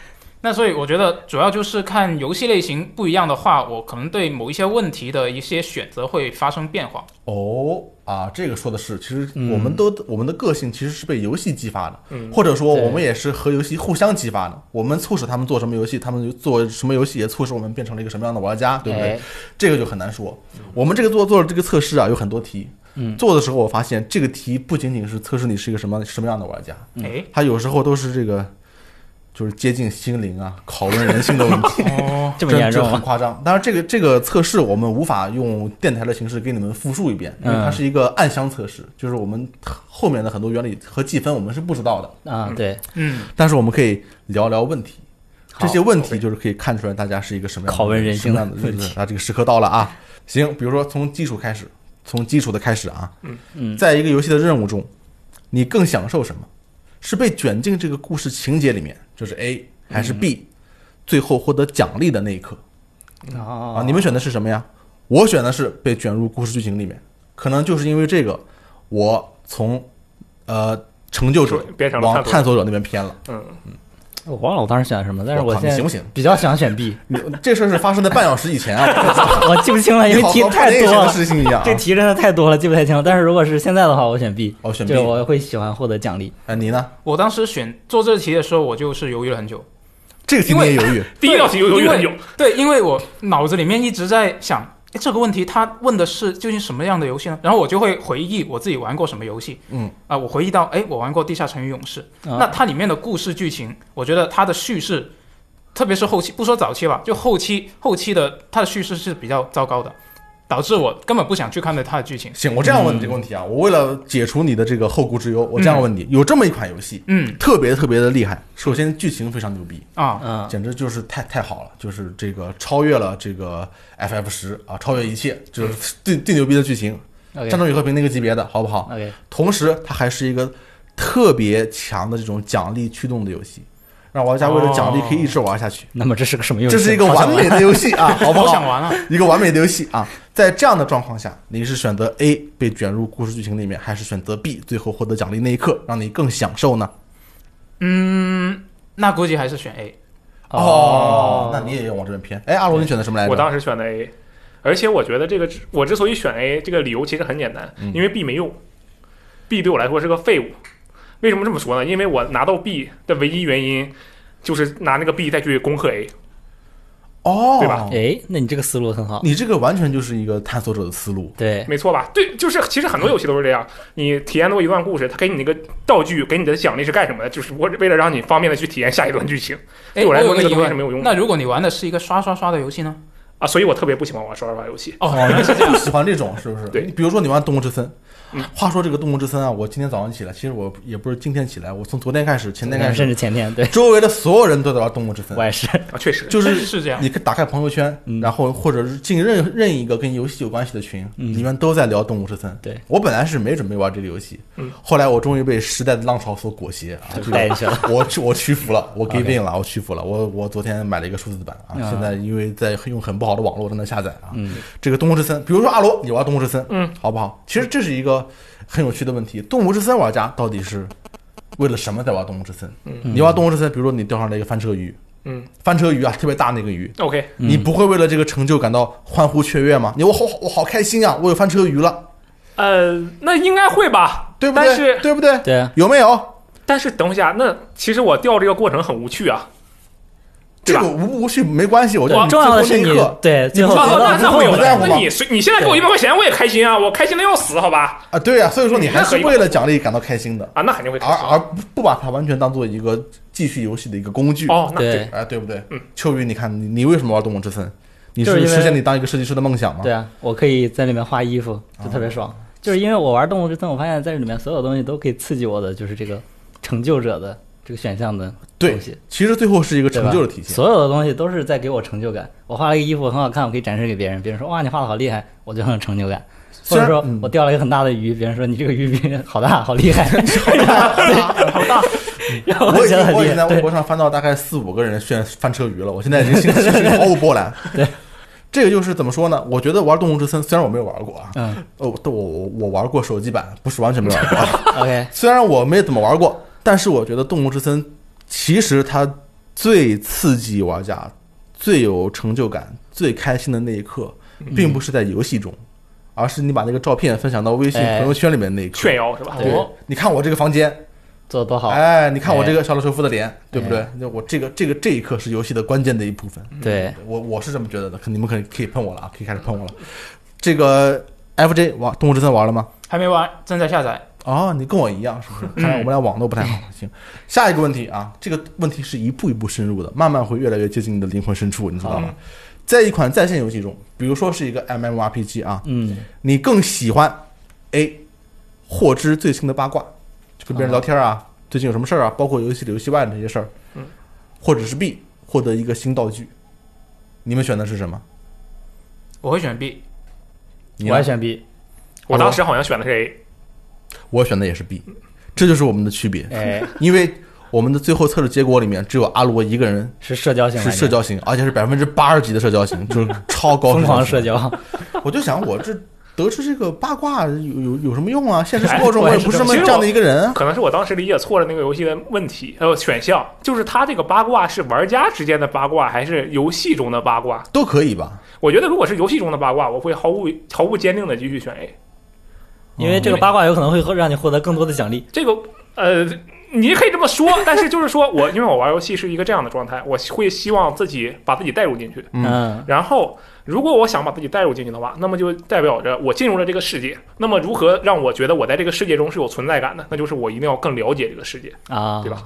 那所以我觉得主要就是看游戏类型不一样的话，我可能对某一些问题的一些选择会发生变化。哦啊，这个说的是，其实嗯我们都、我们的个性其实是被游戏激发的，嗯或者说对我们也是和游戏互相激发的。我们促使他们做什么游戏，他们做什么游戏也促使我们变成了一个什么样的玩家，对不对？哎这个就很难说。我们这个做做的这个测试啊，有很多题。嗯做的时候我发现这个题不仅仅是测试你是一个什么什么样的玩家，嗯哎，它有时候都是这个就是接近心灵啊、拷问人性的问 题。哦，哎这么严这重啊这很吗？夸张。当然，这个这个测试我们无法用电台的形式给你们复述一遍，因为它嗯是一个暗箱测试，就是我们后面的很多原理和计分我们是不知道的，啊，对，嗯，但是我们可以聊聊问题。好这些问题就是可以看出来大家是一个什么样的拷问人性什的么样的问 题啊！这个时刻到了啊！行，比如说从基础开始，从基础的开始啊，嗯在一个游戏的任务中，你更享受什么？是被卷进这个故事情节里面，就是 A 还嗯是 B？、最后获得奖励的那一刻，啊啊，你们选的是什么呀？我选的是被卷入故事剧情里面，可能就是因为这个，我从呃成就者变成了往探索者探索者那边偏了。嗯，我忘了我当时选的什么，但是我靠现你在行不行？比较想选 B，你这事儿是发生在半小时以前啊，我记不清了，因你为好题和太以前多的了，事情一样啊这。题真的太多了，记不太清了。但是如果是现在的话，我选 B，哦，选 B，就是我会喜欢获得奖励。哎，你呢？我当时选做这题的时候，我就是犹豫了很久。这个题因你为也犹豫，第一道题有有因为有有，对，因为我脑子里面一直在想，诶这个问题他问的是究竟什么样的游戏呢？然后我就会回忆我自己玩过什么游戏。嗯，啊、我回忆到，哎，我玩过《地下城与勇士》啊那它里面的故事剧情，我觉得它的叙事，特别是后期，不说早期吧，就后期后期的它的叙事是比较糟糕的，导致我根本不想去看的它的剧情。行，我这样问你这个问题啊，我为了解除你的这个后顾之忧，我这样问你，有这么一款游戏，嗯特别特别的厉害，首先剧情非常牛逼，啊，嗯简直就是太太好了，就是这个超越了这个 FF 十啊，超越一切，就是最最牛逼的剧情，嗯《 ，OK 战争与和平》那个级别的好不好？ OK，同时，它还是一个特别强的这种奖励驱动的游戏，让玩家为了哦奖励可以一直玩下去。那么这是个什么游戏？哦这是一个好想完美的游戏啊，好不好想好？玩啊！一个完美的游戏啊，在这样的状况下，你是选择 A 被卷入故事剧情里面，还是选择 B 最后获得奖励那一刻让你更享受呢？嗯，那估计还是选 A。玩哦那你也要往这边偏。哎，阿罗，你选的什么来着？哦我当时选的 A，而且我觉得这个我之所以选 A，这个理由其实很简单，嗯因为 B 没用，B 对我来说是个废物。为什么这么说呢？因为我拿到 B 的唯一原因就是拿那个 B 再去攻克 A。哦，对吧？哎，那你这个思路很好，你这个完全就是一个探索者的思 路。对，没错吧？对，就是其实很多游戏都是这样。你体验过一段故事，他给你那个道具，给你的奖励是干什么的？就是我为了让你方便的去体验下一段剧情哎，对我来说有个那个疑东西问是没有用的那如果你玩的是一个刷刷刷的游戏呢？啊，所以我特别不喜欢玩刷刷游戏。哦， 你是不喜欢这种是不是？对你比如说你玩《动物之森》嗯话说这个《动物之森》啊，我今天早上起来，其实我也不是今天起来，我从昨天开始，前天开甚始，至前天，对周围的所有人都在玩《动物 之森我》，也是，啊，确实，就是是这样你可以打开朋友圈，嗯然后或者是进任任意一个跟游戏有关系的群，嗯里面都在聊《动物之森》。对我本来是没准备玩这个游戏，嗯后来我终于被时代的浪潮所裹挟啊，这带个进去了。 我屈我屈服了，我 give in 了，我屈服了。我我昨天买了一个数字版啊，啊现在因为在用很不好的网络正在下载啊。嗯这个《动物之森》，比如说阿罗，你玩《动物之森》，嗯，好不好？其实这是一个很有趣的问题，《动物之森》玩家到底是为了什么在玩《动物之森》？嗯你玩《动物之森》，比如说你钓上了一个翻车鱼，嗯翻车鱼啊，特别大那个鱼， ，OK，嗯你不会为了这个成就感到欢呼雀跃吗？你我好我好开心啊，我有翻车鱼了，呃，那应该会吧？对不对？但是对不对？对啊，有没有？但是等一下，那其实我钓这个过程很无趣啊。这对吧个无不无趣没关系，我觉得重要的是你你最后那一刻对最后我啊，知道我知道那哦那会有我在乎的。那吗你随你现在给我一百块钱，我也开心啊，我开心的要死，好吧？啊，对呀、所以说你还是那可以为了奖励感到开心的，啊，那肯定会开而心。而不不把它完全当做一个继续游戏的一个工具。哦，那对哎，对不对？嗯秋雨，你看你你为什么玩《动物之森》？你就是是因为实现你当一个设计师的梦想吗？哦对啊，我可以在里面画衣服，就特别爽。就是因为我玩动物之森，我发现在里面所有东西都可以刺激我的，就是这个成就者的这个选项的对东西，其实最后是一个对吧成就的体现。所有的东西都是在给我成就感。我画了一个衣服很好看，我可以展示给别人，别人说哇你画的好厉害，我就很有成就感。虽或者然说嗯我钓了一个很大的鱼，别人说你这个鱼比好大，好厉害， 然后我我已觉经得很我已厉经在害。微对博上翻到大概四五个人炫翻车鱼了，我现 在已经心情心情毫无波澜。对，这个就是怎么说呢？我觉得玩《动物之森》，虽然我没有玩过啊，嗯哦，都我我我玩过手机版，不是完全没玩过啊。 ，OK，虽然我没怎么玩过，但是我觉得《动物之森》其实它最刺激玩家、啊最有成就感、最开心的那一刻，嗯并不是在游戏中，而是你把那个照片分享到微信哎朋友圈里面那一刻。炫耀是吧？对哦，你看我这个房间，做的多好，哎，你看我这个小老头夫的脸，对不对哎？那我这个这个这一刻是游戏的关键的一部分，对，我我是这么觉得的。可你们可以可以喷我了啊，可以开始喷我了。这个 FJ 玩《动物之森》玩了吗？还没玩，正在下载。哦，你跟我一样是不是？看来我们俩网络不太好。行，下一个问题啊，这个问题是一步一步深入的，慢慢会越来越接近你的灵魂深处，你知道吗？在一款在线游戏中，比如说是一个 MMORPG 啊，嗯，你更喜欢 A 获知最新的八卦，就跟别人聊天啊，最近有什么事儿啊，包括游戏里游戏外的这些事儿，嗯，或者是 B 获得一个新道具，你们选的是什么？我会选 B，你呢我也选 B，我当时好像选的是 A，我选的也是 B，这就是我们的区别，哎，因为我们的最后测试结果里面只有阿罗一个人是社交型玩是家，社交型，而且是百分之八十级的社交型， 就是超高疯狂社社。交，我就想，我这得知这个八卦有有有什么用啊？现实生活中我也不是这么哎我也是这么这样的一个人啊。可能是我当时理解错了那个游戏的问题，还有选项，就是它这个八卦是玩家之间的八卦，还是游戏中的八卦？都可以吧？我觉得如果是游戏中的八卦，我会毫无毫不坚定的继续选 A。哦因为这个八卦有可能会让你获得更多的奖励。这个呃，你可以这么说，但是就是说我因为我玩游戏是一个这样的状态，我会希望自己把自己带入进去。嗯然后，如果我想把自己带入进去的话，那么就代表着我进入了这个世界。那么，如何让我觉得我在这个世界中是有存在感的？那就是我一定要更了解这个世界。啊，对吧？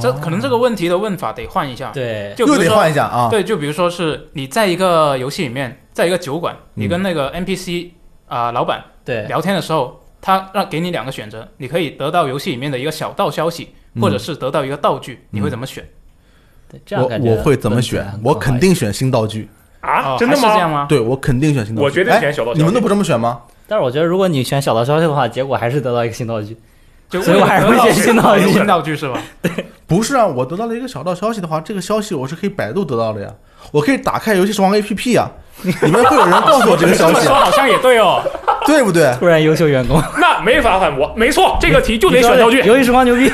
这可能这个问题的问法得换一下。，对，就比又如得说换一下啊。对，就比如说是你在一个游戏里面，在一个酒馆，你跟那个 NPC 啊、老板对，聊天的时候，他让给你两个选择，你可以得到游戏里面的一个小道消息，或者是得到一个道具，你会怎么选？对这样我感觉我会怎么问题选很？我好肯定选新道具，啊，哦真的还是这样吗？吗？对我肯定选新道具。我绝对哎选小道具你们都不这么选吗？但是我觉得，如果你选小道消息的话，结果还是得到一个新道具。就所以我还是会为了得到选新道具有新道具是吧？不是啊，我得到了一个小道消息的话，这个消息我是可以百度得到的呀，我可以打开游戏时王 APP 啊，里面会有人告诉我这个消 息啊，好像也对哦，对不对？突然优秀员工，那没法反驳。没错，这个题就得选道具。游戏时光 牛逼。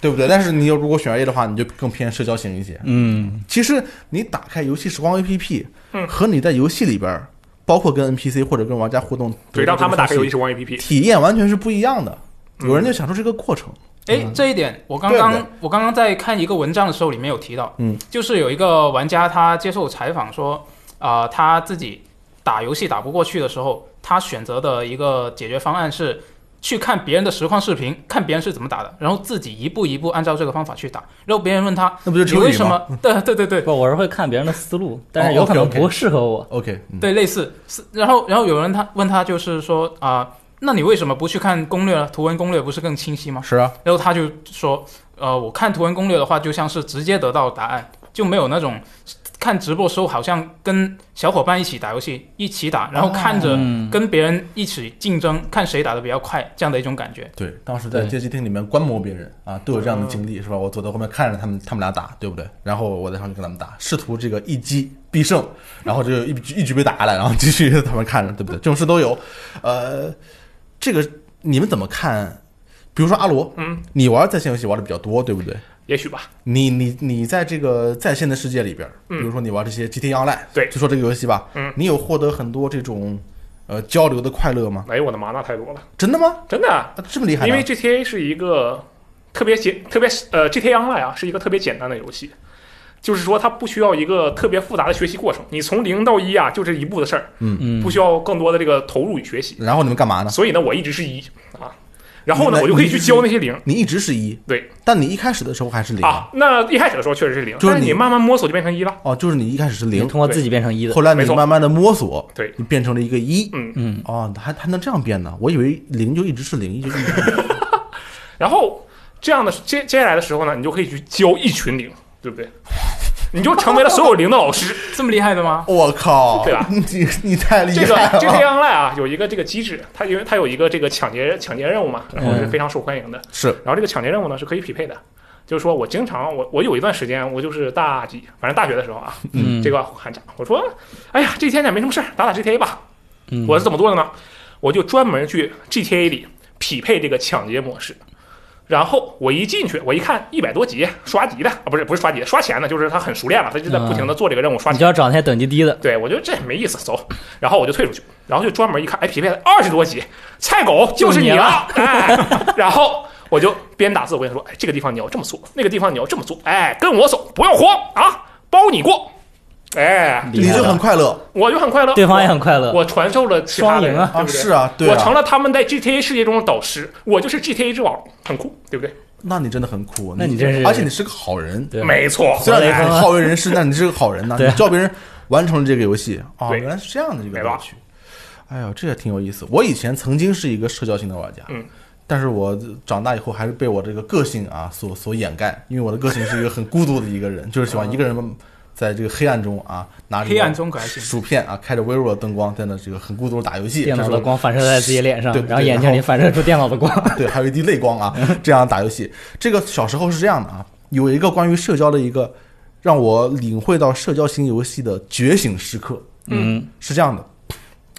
对不对？但是你如果选 A 的话，你就更偏社交型一些。嗯，其实你打开游戏时光 APP，和嗯你在游戏里边儿，包括跟 NPC 或者跟玩家互动，对，让他们打开游戏时光 APP。体验完全是不一样的。有人就享受这个过程，嗯哎，这一点我刚刚对不我刚刚在看一个文章的时候，里面有提到，嗯，就是有一个玩家他接受采访说，啊、他自己打游戏打不过去的时候，他选择的一个解决方案是去看别人的实况视频，看别人是怎么打的，然后自己一步一步按照这个方法去打。然后别人问他，那不就你成为语什吗么？对对对对不，我是会看别人的思路，但哦是有可能，OK，OK 不适合我。 ？OK，嗯对，类似是。然后然后有人他问他就是说啊、那你为什么不去看攻略呢？图文攻略不是更清晰吗？是啊，然后他就说，呃，我看图文攻略的话，就像是直接得到答案，就没有那种看直播时候好像跟小伙伴一起打游戏，一起打，然后哦看着嗯跟别人一起竞争，看谁打的比较快，这样的一种感觉。对，当时在对街机厅里面观摩别人啊，都有这样的经历，嗯是吧？我走到后面看着他们，他们俩打，对不对？然后我再上去跟他们打，试图这个一击必胜，然后就一局一局被打下来，然后继续他们看着，对不对？这种事都有。呃，这个你们怎么看？比如说阿罗，嗯，你玩在线游戏玩的比较多，对不对？也许吧，你你你在这个在线的世界里边儿，比嗯如说你玩这些 GTA Online，、对就说这个游戏吧，嗯你有获得很多这种呃交流的快乐吗？哎呦我的妈，那太多了，真的吗？真的啊。啊、这么厉害呢？因为 GTA 是一个特别简、特别呃 GTA Online 啊，是一个特别简单的游戏，就是说它不需要一个特别复杂的学习过程，你从零到一啊，就这一步的事儿，嗯不，需要更多的这个投入与学习。然后你们干嘛呢？所以呢，我一直是一啊，然后呢，你我就可以去教那些零你一直是一，对，但你一开始的时候还是零啊。那一开始的时候确实是零，就是但是你你慢慢摸索就变成一了。哦，就是你一开始是你零，通过自己变成一的后。来没你错慢慢的摸索，对，你变成了一个一。嗯，嗯，哦，还还能这样变呢？我以为零就一直是零，一直一直是零然后这样的接接下来的时候呢，你就可以去教一群零，对不对？你就成为了所有零的老师。这么厉害的吗？我靠，嗯 对吧 你你太厉 这 个害了！ GTA Online 啊，有一个这个机制，它因为它有一个这个抢劫抢劫任务嘛，然后嗯是非常受欢迎的。是然后这个抢劫任务呢是可以匹配的，就是说我经常我我有一段时间我就是大几，反正大学的时候啊，嗯这个寒假我说，哎呀这天假没什么事儿，打打 GTA 吧。嗯我是怎么做的呢？我就专门去 GTA 里匹配这个抢劫模式。然后我一进去，我一看一百多级刷级的啊，不是不是刷级的，刷钱的，就是他很熟练了，他就在不停的做这个任务刷啊你钱就。要找那些等级低的。对，我觉得这没意思，走。然后我就退出去，然后就专门一看，哎，匹配了二十多级，菜狗就是你了，哎， 然后我就边打字，我跟他说，哎，这个地方你要这么做，那个地方你要这么做，哎，跟我走，不要慌啊，包你过，哎，你就很快乐我就很快乐，对方也很快乐。我，我传授了其他的人双赢啊啊！对不对是啊，对我成啊，了他们在 GTA 世界中的导师，我就是 GTA 之王，很酷，对不对？那你真的很酷，那你真是而且你是个好人，对，没错，虽然你活雷锋很啊好为人师，但你是个好人呐、对你教别人完成了这个游戏啊、对原来是这样的一个没乐吧趣。哎呦，这也挺有意思。我以前曾经是一个社交型的玩家，嗯，但是我长大以后还是被我这个个性啊所所掩盖，因为我的个性是一个很孤独的一个人，就是喜欢一个人在这个黑暗中啊，拿着黑暗中可还行薯片啊，开着微弱的灯光，在那这个很孤独的打游戏，电脑这是的我光反射在自己脸上对对，然后眼睛里反射出电脑的光。 对，还有一滴泪光啊，这样打游戏。这个小时候是这样的啊，有一个关于社交的一个让我领会到社交型游戏的觉醒时刻，嗯是这样的，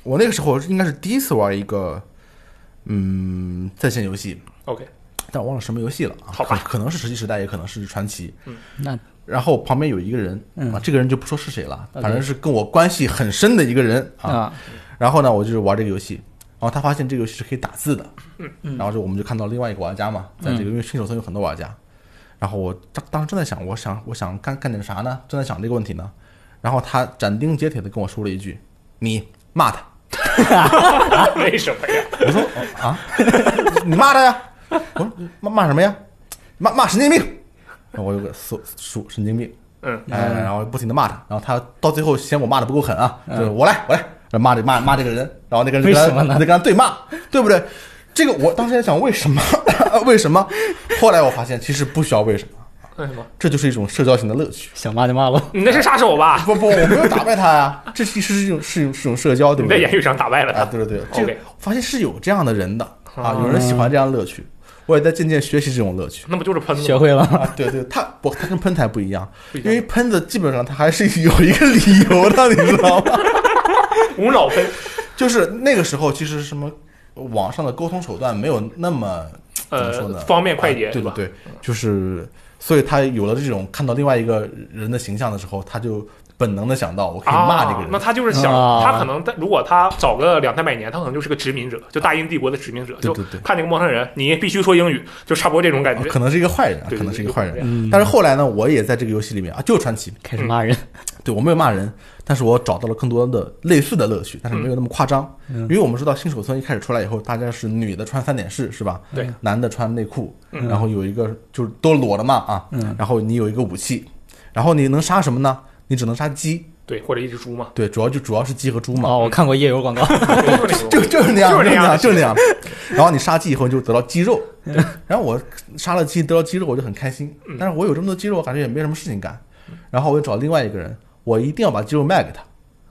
我那个时候应该是第一次玩一个嗯在线游戏， OK， 但我忘了什么游戏了啊，好可吧可能是石器时代，也可能是传奇。那然后旁边有一个人嗯啊，这个人就不说是谁了， OK 反正是跟我关系很深的一个人啊。啊，然后呢，我就是玩这个游戏后他发现这个游戏是可以打字的，嗯然后就我们就看到另外一个玩家嘛，在这个嗯因为新手村有很多玩家，然后我当当时正在想，我想我想干干点啥呢？正在想这个问题呢，然后他斩钉截铁的跟我说了一句：“你骂他。 为什么呀？”我说：“哦啊，你骂他呀？”我说：“骂骂什么呀？骂骂神经病！”然后我有个数数神经病，嗯，哎，然后不停的骂他，然后他到最后嫌我骂的不够狠啊，就是我来我来骂这骂骂这个人，然后那个人就嗯为跟他什么呢就跟他对骂，对不对？这个我当时在想为什么 为什么，后来我发现其实不需要为什么，为什么？这就是一种社交型的乐趣。想骂就骂喽。你那是杀手吧？不不，我没有打败他呀、这其实是一种是一种是一种社交，对你不在对言？语上打败了啊，他。对对对，这个 OK 发现是有这样的人的啊啊，有人喜欢这样的乐趣，我也在渐渐学习这种乐趣。那不就是喷学吗？会了吗？啊，对对，他不，他跟喷才不一样，不一因样为喷子基本上他还是有一个理由的，你知道吗？无脑喷，就是那个时候，其实什么网上的沟通手段没有那么怎么说呃呢，，方便快捷啊是对吧对？对，就是所以他有了这种看到另外一个人的形象的时候，他就本能的想到我可以骂这个啊人。那他就是想，啊他可能但如果他早个两三百年，他可能就是个殖民者，就大英帝国的殖民者，对就对对看这个陌生人，你必须说英语，就差不多这种感啊觉。可能是一个坏人啊，对对对可能是一个坏人。嗯，但是后来呢，我也在这个游戏里面啊，就是传奇，开始骂人，对我没有骂人，但是我找到了更多的类似的乐趣，但是没有那么夸张。嗯因为我们知道新手村一开始出来以后，大家是女的穿三点式是吧？对，男的穿内裤，嗯然后有一个就是都裸的嘛啊，嗯然后你有一个武器，然后你能杀什么呢？你只能杀鸡，对，或者一只猪嘛， 对，主要就主要是鸡和猪嘛，哦，我看过夜游广嗯告，就是那种 就就是那样，就是那那样就是那样。然后你杀鸡以后，你就得到鸡肉，然后我杀了鸡得到鸡肉，我就很开心。但是我有这么多鸡肉，我感觉也没什么事情干。然后我就找另外一个人，我一定要把鸡肉卖给他。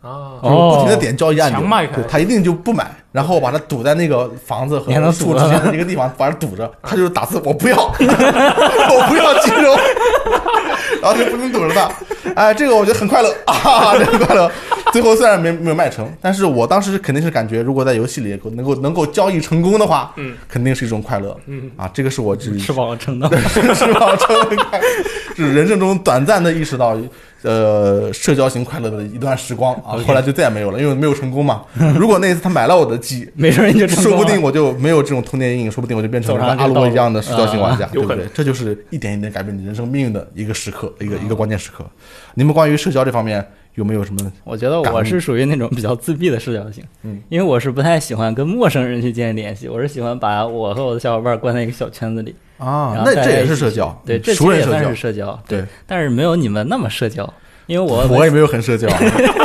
啊，就是我不停的哦点交易按强钮卖，开对他一定就不买，然后我把它堵在那个房子和你还能树堵之着间的一个地方，把它堵着，他就是打字我不要， 我不要鸡肉， 然后就不停堵着他，哎，这个我觉得很快乐啊，这个很快乐。最后虽然没没有卖成，但是我当时肯定是感觉，如果在游戏里能够能够交易成功的话，嗯，肯定是一种快乐，嗯啊，这个是我只吃饱了撑的。 是吧？真的快，是人生中短暂的意识到，呃，社交型快乐的一段时光啊，后来就再也没有了，因为没有成功嘛。如果那一次他买了我的鸡， 没准你就成说功不了定我就没有这种童年阴影，说不定我就变成走上了阿这道罗路一样的社交型玩家，啊对不有可对能？这就是一点一点改变你人生命运的一个时刻，一个一个关键时刻。你们关于社交这方面有没有什么？我觉得我是属于那种比较自闭的社交型，嗯，因为我是不太喜欢跟陌生人去建立联系，我是喜欢把我和我的小伙伴关在一个小圈子里，啊然，后那在这也一是起社交，对，嗯这其熟实人也社算交是，社交，对，但是没有你们那么社交，因为我我也没有很社交啊，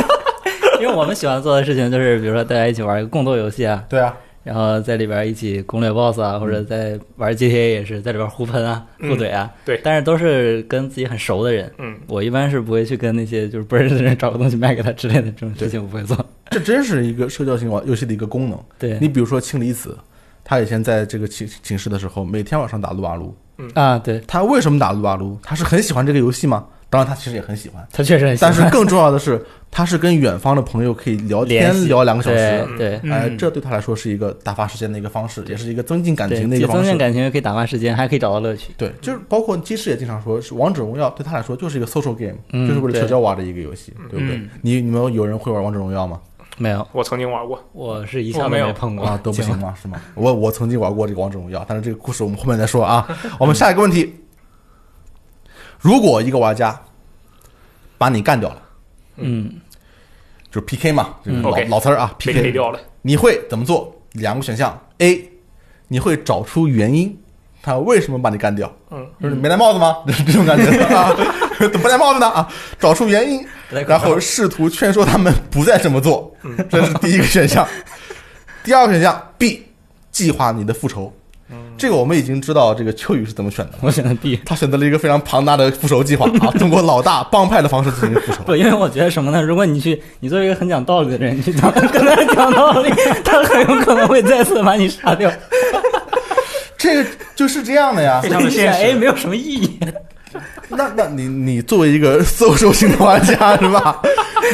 因为我们喜欢做的事情就是，比如说大家一起玩一个共斗游戏啊，对啊，然后在里边一起攻略 BOSS 嗯啊，或者在玩 GTA 也是在里边互喷啊、嗯互怼啊，对但是都是跟自己很熟的人。嗯，我一般是不会去跟那些就是不认识的人找个东西卖给他之类的这种事情，我不会做。这真是一个社交型玩游戏的一个功能。对，你比如说氢离子，他以前在这个寝寝室的时候，每天晚上打撸啊撸。啊，对他为什么打撸啊撸？他是很喜欢这个游戏吗？当然，他其实也很喜欢。他确实很喜但欢，是更重要的是，他是跟远方的朋友可以聊天联系聊两个小时。对对。嗯哎，这对他来说是一个打发时间的一个方式，也是一个增进感对，情的一既个增方进式。感情，又可以打发时间，还可以找到乐趣。对，就是包括其实也经常说，是《王者荣耀》对他来说就是一个 social game，、嗯就是为了对社交玩的一个游戏，对不对？嗯你你们有人会玩《王者荣耀》吗？没有，我曾经玩过，我是一项我都没有没碰过啊，都不行吗？是吗？我我曾经玩过这个王者荣耀，但是这个故事我们后面再说啊。 我们下一个问题，如果一个玩家把你干掉了，嗯，就是 PK 嘛，这个嗯老 OK 老词儿啊被黑，PK 掉了。你会怎么做？两个选项，A，你会找出原因，他为什么把你干掉？嗯，就是你没戴帽子吗？ 这种感觉啊，怎么不戴帽子呢？啊，找出原因，不太可然能后试图劝说他们不再这么做，这是第一个选项。 第二个选项 B，计划你的复仇。这个我们已经知道这个秋雨是怎么选的了，我选的 B。他选择了一个非常庞大的复仇计划啊，通过老大帮派的方式进行复仇。不，因为我觉得什么呢？如果你去，你作为一个很讲道理的人，你去讲 跟他讲道理，他很有可能会再次把你杀掉。这个就是这样的呀非。常的现实哎，没有什么意义。那那你你作为一个搜索型的玩家是吧？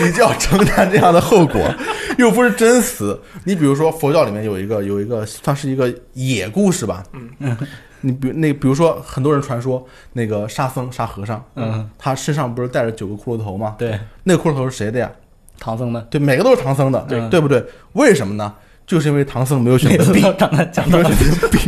你就要承担这样的后果，又不是真死。你比如说佛教里面有一个有一个算是一个野故事吧，嗯，你比那比如说很多人传说那个沙僧沙和尚，嗯，他身上不是带着九个骷髅头吗？，对，那个骷髅头是谁的呀？唐僧的，对，每个都是唐僧的，对对不对？为什么呢？就是因为唐僧没有选每择 次 B，都长他讲没到有选择 B。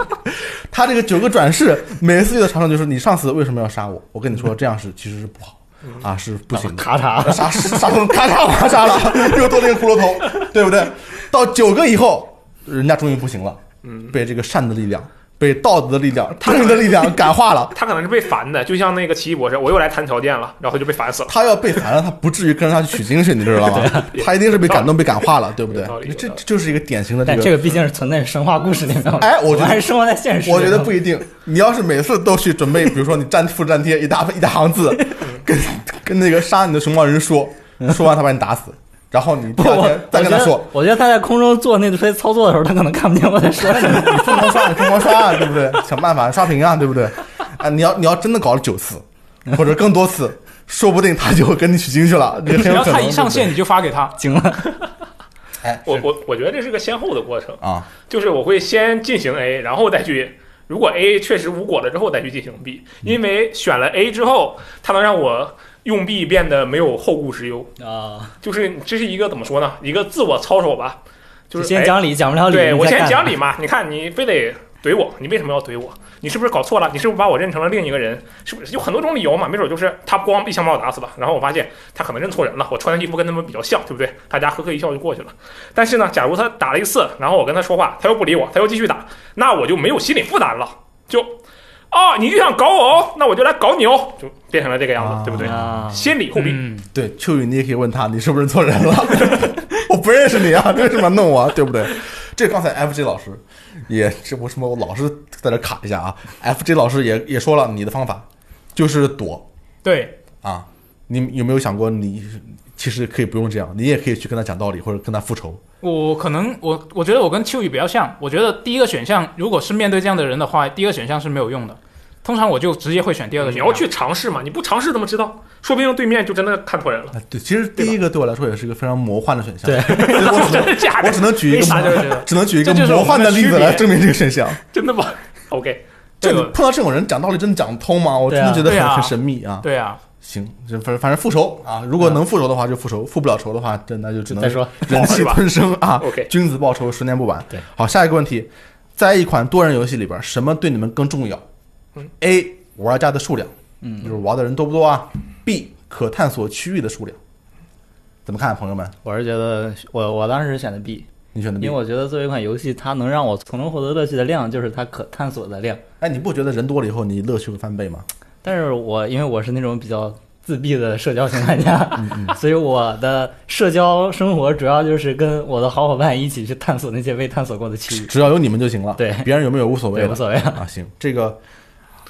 他这 个九个转世，每一次遇到长生就是你上次为什么要杀我？我跟你说这样是其实是不好啊，是不行的。咔嚓，杀杀成咔嚓咔嚓了，又多了一个骷髅头，对不对？到九个以后，人家终于不行了，嗯，被这个善的力量，被道德的力量、正义的力量感化了。他可能是被烦的，就像那个奇异博士，我又来谈条件了，然后就被烦死了。他要被烦了，他不至于跟着他去取经去，你知道吗？他一定是被感动、被感化了，对不对有道理？有道这理这就是一个典型的但个这个毕竟是存在于神话故事里面，哎我觉得们还是生活在现实 里我面觉的。得不一定。你要是每次都去准备，比如说你粘复制粘贴一大一大行字，跟跟那个杀你的熊猫人说，说完他把你打死，然后你第不，二我天再跟他说，我觉得，我觉得他在空中做那些操作的时候，他可能看不见我在说什么。你疯狂刷，你疯狂刷 啊，对不对？想办法刷屏啊，对不对？啊，你要你要真的搞了九次或者更多次，说不定他就跟你取经去了，这很然有后可他能。一上线对你就发给他，惊了，不对，哎，我我我觉得这是个先后的过程，啊，就是我会先进行 A，然后再去，如果 A 确实无果了之后再去进行 B，因为选了 A 之后，它能让我用 B 变得没有后顾之忧，啊！就是这是一个怎么说呢？一个自我操守吧，就就是先哎讲理，讲不了理，对你我再先干讲理嘛，你看你非得怼我，你为什么要怼我？你是不是搞错了？你是不是把我认成了另一个人？是不是有很多种理由嘛？没准就是他咣一枪把我打死了，然后我发现他可能认错人了，我穿的衣服跟他们比较像，对不对？大家呵呵一笑就过去了。但是呢，假如他打了一次，然后我跟他说话，他又不理我，他又继续打，那我就没有心理负担了，就哦，你就想搞我哦，那我就来搞你哦，就变成了这个样子，啊对不对？啊！先礼后兵，嗯，对，秋雨你也可以问他，你是不是认错人 了？我不认识你啊，你为什么要弄我啊？对不对？这刚才 FJ 老师也是为什么我老是在这卡一下啊？FJ 老师也也说了，你的方法就是躲，对，啊，你有没有想过你其实可以不用这样，你也可以去跟他讲道理或者跟他复仇。我可能我我觉得我跟秋雨比较像，我觉得第一个选项如果是面对这样的人的话，第一个选项是没有用的，通常我就直接会选第二个嗯你选项。要去尝试嘛，你不尝试怎么知道？说不定对面就真的看错人了，啊，对，其实第一个对我来说也是一个非常魔幻的选项。对 我只真能的假的？我只能举一为个啥魔就是这样？只能举一个这就是我魔们幻的的例区子别来证明这个选项。真的吗？OK，。就对你我碰到这种人讲道理真的讲不通吗？我真的觉得对很、啊很神秘啊。对啊，行，这反正反正复仇啊，如果能复仇的话就复仇，复不了仇的话，这那就只能再说，忍气吞声啊 OK 君子报仇，十年不晚。对，好，下一个问题，在一款多人游戏里边，什么对你们更重要嗯？A. 玩家的数量，嗯就是玩的人多不多啊？B. 可探索区域的数量，怎么看，啊朋友们？我是觉得我我当时选的 B，你选的因 B？为我觉得作为一款游戏，它能让我从中获得乐趣的量就是它可探索的量。哎，你不觉得人多了以后你乐趣会翻倍吗？但是我因为我是那种比较自闭的社交型玩家， 所以我的社交生活主要就是跟我的好伙伴一起去探索那些未探索过的区域，只要有你们就行了，对别人有没有无所谓对，了，无所谓了。啊。行，这个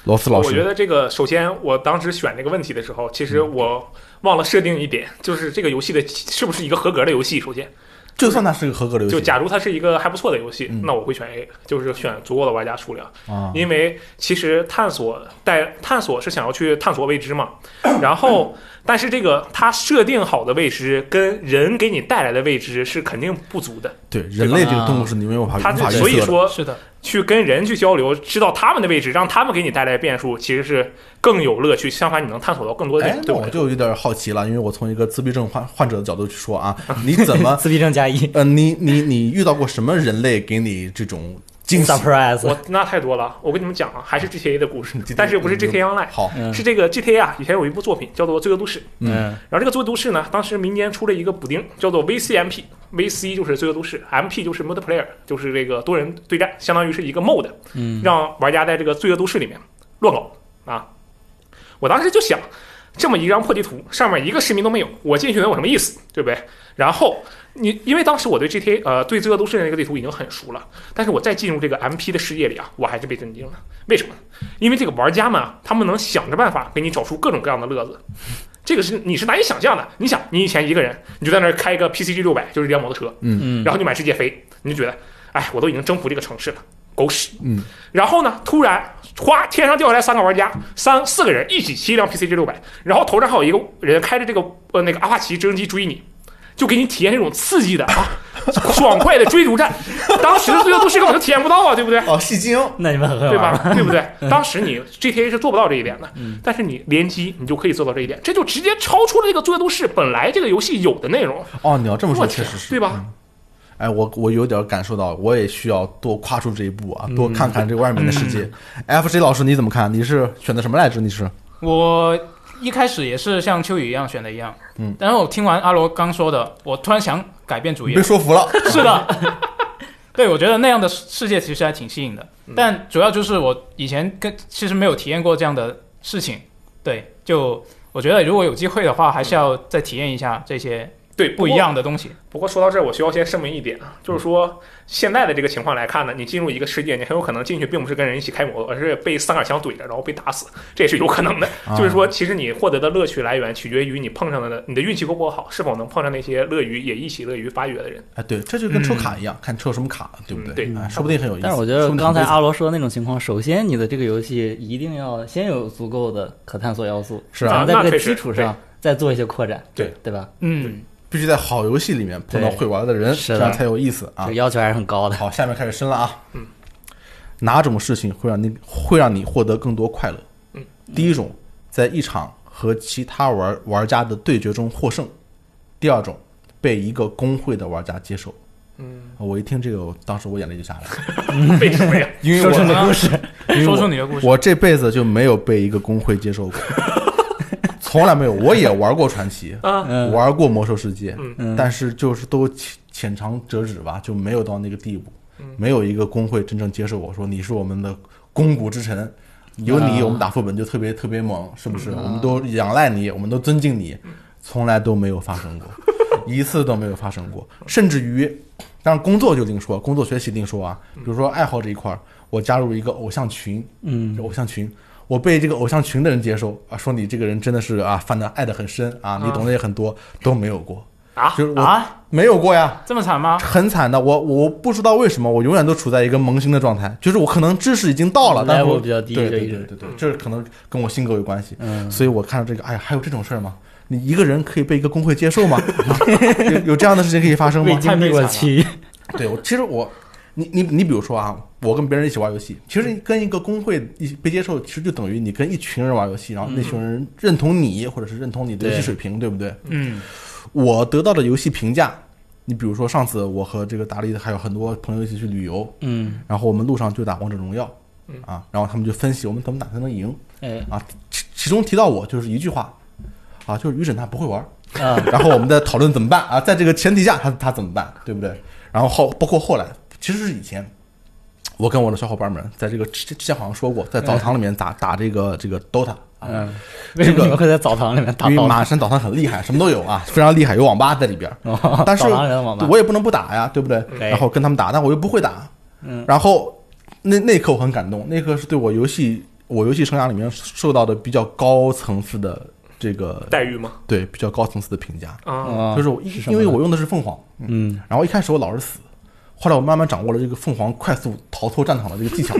罗斯老我觉师，得这个，首先我当时选这个问题的时候，其实嗯我忘了设定一点，就是这个游戏的是不是一个合格的游戏。首先，就算它是个合格的游戏，就假如它是一个还不错的游戏嗯，那我会选 A，就是选足够的玩家数量，啊，因为其实探索带探索是想要去探索未知嘛。然后，但是这个它设定好的未知跟人给你带来的未知是肯定不足的，对人类这个动物是你没有法它啊无法所以预测的。说是的，去跟人去交流，知道他们的位置，让他们给你带来变数，其实是更有乐趣。相反，你能探索到更多的内哎容，，那对不我对？就有点好奇了，因为我从一个自闭症患患者的角度去说 啊，你怎么自闭症加一呃，你你你遇到过什么人类给你这种惊喜？ ，surprise，我那太多了，我跟你们讲啊，还 是 GTA 的故事 GTA，但是不是嗯 GTA Online，好，嗯是这个 GTA 啊，以前有一部作品叫做《罪恶都市》， 嗯然后这个《罪恶都市》呢，当时民间出了一个补丁，叫做 VCMP。VC 就是《罪恶都市》，MP 就是 Multiplayer，就是这个多人对战，相当于是一个 MOD，嗯，让玩家在这个《罪恶都市》里面乱搞啊！我当时就想，这么一张破地图，上面一个市民都没有，我进去能有什么意思，对不对？然后你因为当时我对 GTA 呃对《罪恶都市》的那个地图已经很熟了，但是我再进入这个 MP 的世界里啊，我还是被震惊了。为什么呢？因为这个玩家们啊，他们能想着办法给你找出各种各样的乐子。这个是你是难以想象的。你想，你以前一个人，你就在那儿开一个 PCG 六百，就是一辆摩托车，嗯然后就满世界飞，你就觉得，哎，我都已经征服这个城市了，狗屎。嗯。然后呢，突然哗，天上掉下来三个玩家，三四个人一起骑一辆 PCG 六百，然后头上还有一个人开着这个呃那个阿帕奇直升机追你。就给你体验这种刺激的啊，爽快的追逐战。当时的罪恶都市根本就体验不到啊，对不对？哦，戏精，那你们很会对玩儿， 吧？对不对？当时你 GTA 是做不到这一点的，嗯但是你联机你就可以做到这一点，这就直接超出了这个《罪恶都市》本来这个游戏有的内容。哦，你要这么说，我确天实，是对吧？哎，我我有点感受到，我也需要多跨出这一步啊，多看嗯看这外面的世界。FJ 老师你怎么看？你是选的什么来着？你是我一开始也是像秋雨一样选的一样，嗯，但是我听完阿罗刚说的，我突然想改变主你意被，说服 了？ 是的， 对，我觉得那样的世界其实还挺新颖的，但主要就是我以前跟其实没有体验过这样的事情，对，就我觉得如果有机会的话，还是要再体验一下这些对，不一样的东西。不过说到这儿，我需要先声明一点啊，就是嗯说现在的这个情况来看呢，你进入一个世界，你很有可能进去并不是跟人一起开摩托，而是被三杆枪怼着，然后被打死，这也是有可能的。 啊就是说，其实你获得的乐趣来源取决于你碰上的你的运气够不好，是否能碰上那些乐于也一起乐于发 掘的人。哎，对，这就跟抽卡一样，看抽什么卡，对不嗯对哎，说不定很有意思。但是我觉得说不定刚很才有意思阿罗说的那种情况，首先你的这个游戏一定要先有足够的可探索要素，是啊然后在这那确个实基础上再做一些扩展，对对吧？嗯，必须在好游戏里面碰到对会玩的人，是这的样才有意思这啊个。要求还是很高的。好，下面开始深了啊。嗯，哪种事情会让你会让你获得更多快乐？嗯，第一种，在一场和其他玩玩家的对决中获胜；第二种，被一个公会的玩家接受。嗯，我一听这个，我当时我眼泪就下来 了，为什么呀？因为说出你我啊的我故事，因为说我出你的故事，我这辈子就没有被一个公会接受过，从来没有。我也玩过传奇，啊，嗯，玩过魔兽世界，嗯嗯但是就是都浅浅尝辄止吧，就没有到那个地步，没有一个工会真正接受我说你是我们的肱骨之臣，有你啊嗯我们打副本就特别特别猛，是不是？我们都仰赖你，我们都尊敬你，从来都没有发生过，一次都没有发生过，甚至于。当然，工作就另说，工作学习另说啊。比如说爱好这一块儿，我加入一个偶像群，嗯，偶像群，我被这个偶像群的人接受啊，说你这个人真的是啊，犯的爱的很深啊，你懂得也很多，都没有过啊就是我啊，没有过呀，这么惨吗？很惨的。我我不知道为什么，我永远都处在一个萌新的状态，就是我可能知识已经到了，但是我 Level 比较低对就对一对直对对，这可能跟我性格有关系。嗯所以我看到这个，哎呀，还有这种事儿吗？你一个人可以被一个工会接受吗？ 有有这样的事情可以发生吗未？经历过其 对我，其实我，你你你比如说啊，我跟别人一起玩游戏，其实跟一个工会一起被接受，其实就等于你跟一群人玩游戏，然后那群人认同你，或者是认同你的游戏对水平，对不对？嗯我得到的游戏评价，你比如说上次我和这个达利还有很多朋友一起去旅游， 嗯，然后我们路上就打王者荣耀嗯，啊，然后他们就分析我们怎么打才能赢哎啊，其其中提到我就是一句话，啊，就是于枕他不会玩。啊， 然后我们在讨论怎么办啊，在这个前提下他他怎么办，对不对？然后后包括后来，其实是以前，我跟我的小伙伴们在这个之之前好像说过，在澡堂里面打打这个这个 DOTA 啊，嗯，为什么你们会在澡堂里面打因为澡？马山澡堂很厉害，什么都有啊，非常厉害，有网吧在里边儿，哦 但是 澡堂里面的网吧，我也不能不打呀，对不对？对然后跟他们打，但我又不会打，嗯，然后那那一刻我很感动，那一刻是对我游戏我游戏生涯里面受到的比较高层次的这个待遇吗？对比较高层次的评价，啊，哦就是我是什因么为呢我用的是凤凰，嗯，然后一开始我老是死，后来我慢慢掌握了这个凤凰快速逃脱战场的这个 技巧，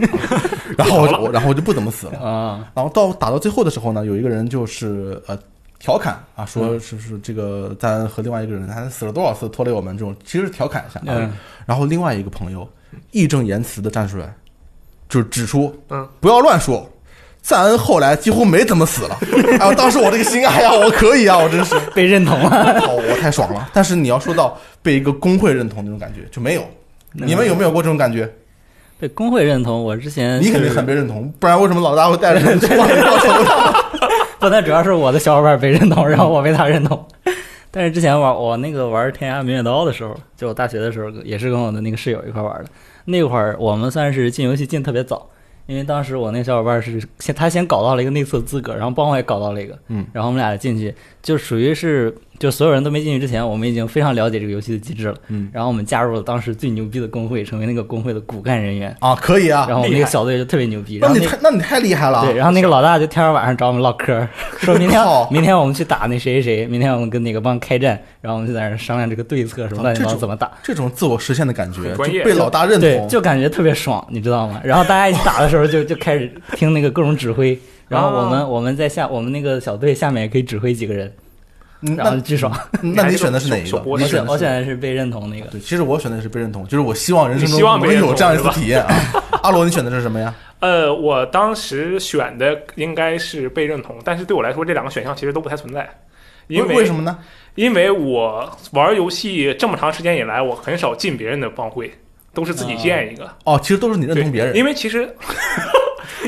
然后我就我然后我就不怎么死了。啊，然后到打到最后的时候呢，有一个人就是呃调侃啊，说是不是这个赞和另外一个人他死了多少次拖累我们这种，其实是调侃一下。嗯，然后另外一个朋友义正言辞的站出来，就是指出，嗯，不要乱说。赞恩后来几乎没怎么死了， 哎呦，当时我这个心，哎呀，我可以啊，我真是，被认同了，哦，我太爽了。但是你要说到被一个工会认同那种感觉，就没有。你们有没有过这种感觉？被工会认同。我之前你肯定是很被认同，不然为什么老大会带着人去往上走？不，但主要是我的小伙伴被认同，然后我被他认同。 但是之前玩我那个玩《天涯明月刀》的时候，就我大学的时候，也是跟我的那个室友一块玩的。那会儿我们算是进游戏进特别早，因为当时我那个小伙伴是先他先搞到了一个内测资格，然后帮我也搞到了一个，嗯，然后我们俩进去就属于是就所有人都没进去之前，我们已经非常了解这个游戏的机制了，嗯然后我们加入了当时最牛逼的工会，成为那个工会的骨干人员，啊，可以啊然。后我们厉那害个小队就特别牛逼。那然后你那个太那你太厉害了啊。对，然后那个老大就天天晚上找我们唠嗑儿，说明天靠明天我们去打那谁谁谁，明天我们跟哪个帮开战，然后我们就在那儿商量这个对策什么乱七这八糟种怎么打， 这种自我实现的感觉，很就专业被老大认对同，，就感觉特别爽，你知道吗？然后大家一起打的时候就就开始听那个各种指挥，然哦后我们我们在下我们那个小队下面也可以指挥几个人，嗯然后那巨爽。那你选的是哪一手个？手剥我离你选选我的是选的是被认同那个，对，其实我选的是被认同，就是我希望人生你希望中被能认同有这样一次是吧体验啊。 阿罗，你选的是什么呀？呃，我当时选的应该是被认同，但是对我来说，这两个选项其实都不太存在，因为为什么么？呢？因为我玩游戏这么长时间以来，我很少进别人的帮会，都是自啊己建一个。哦，其实都是你认对，同别人，因为其 实，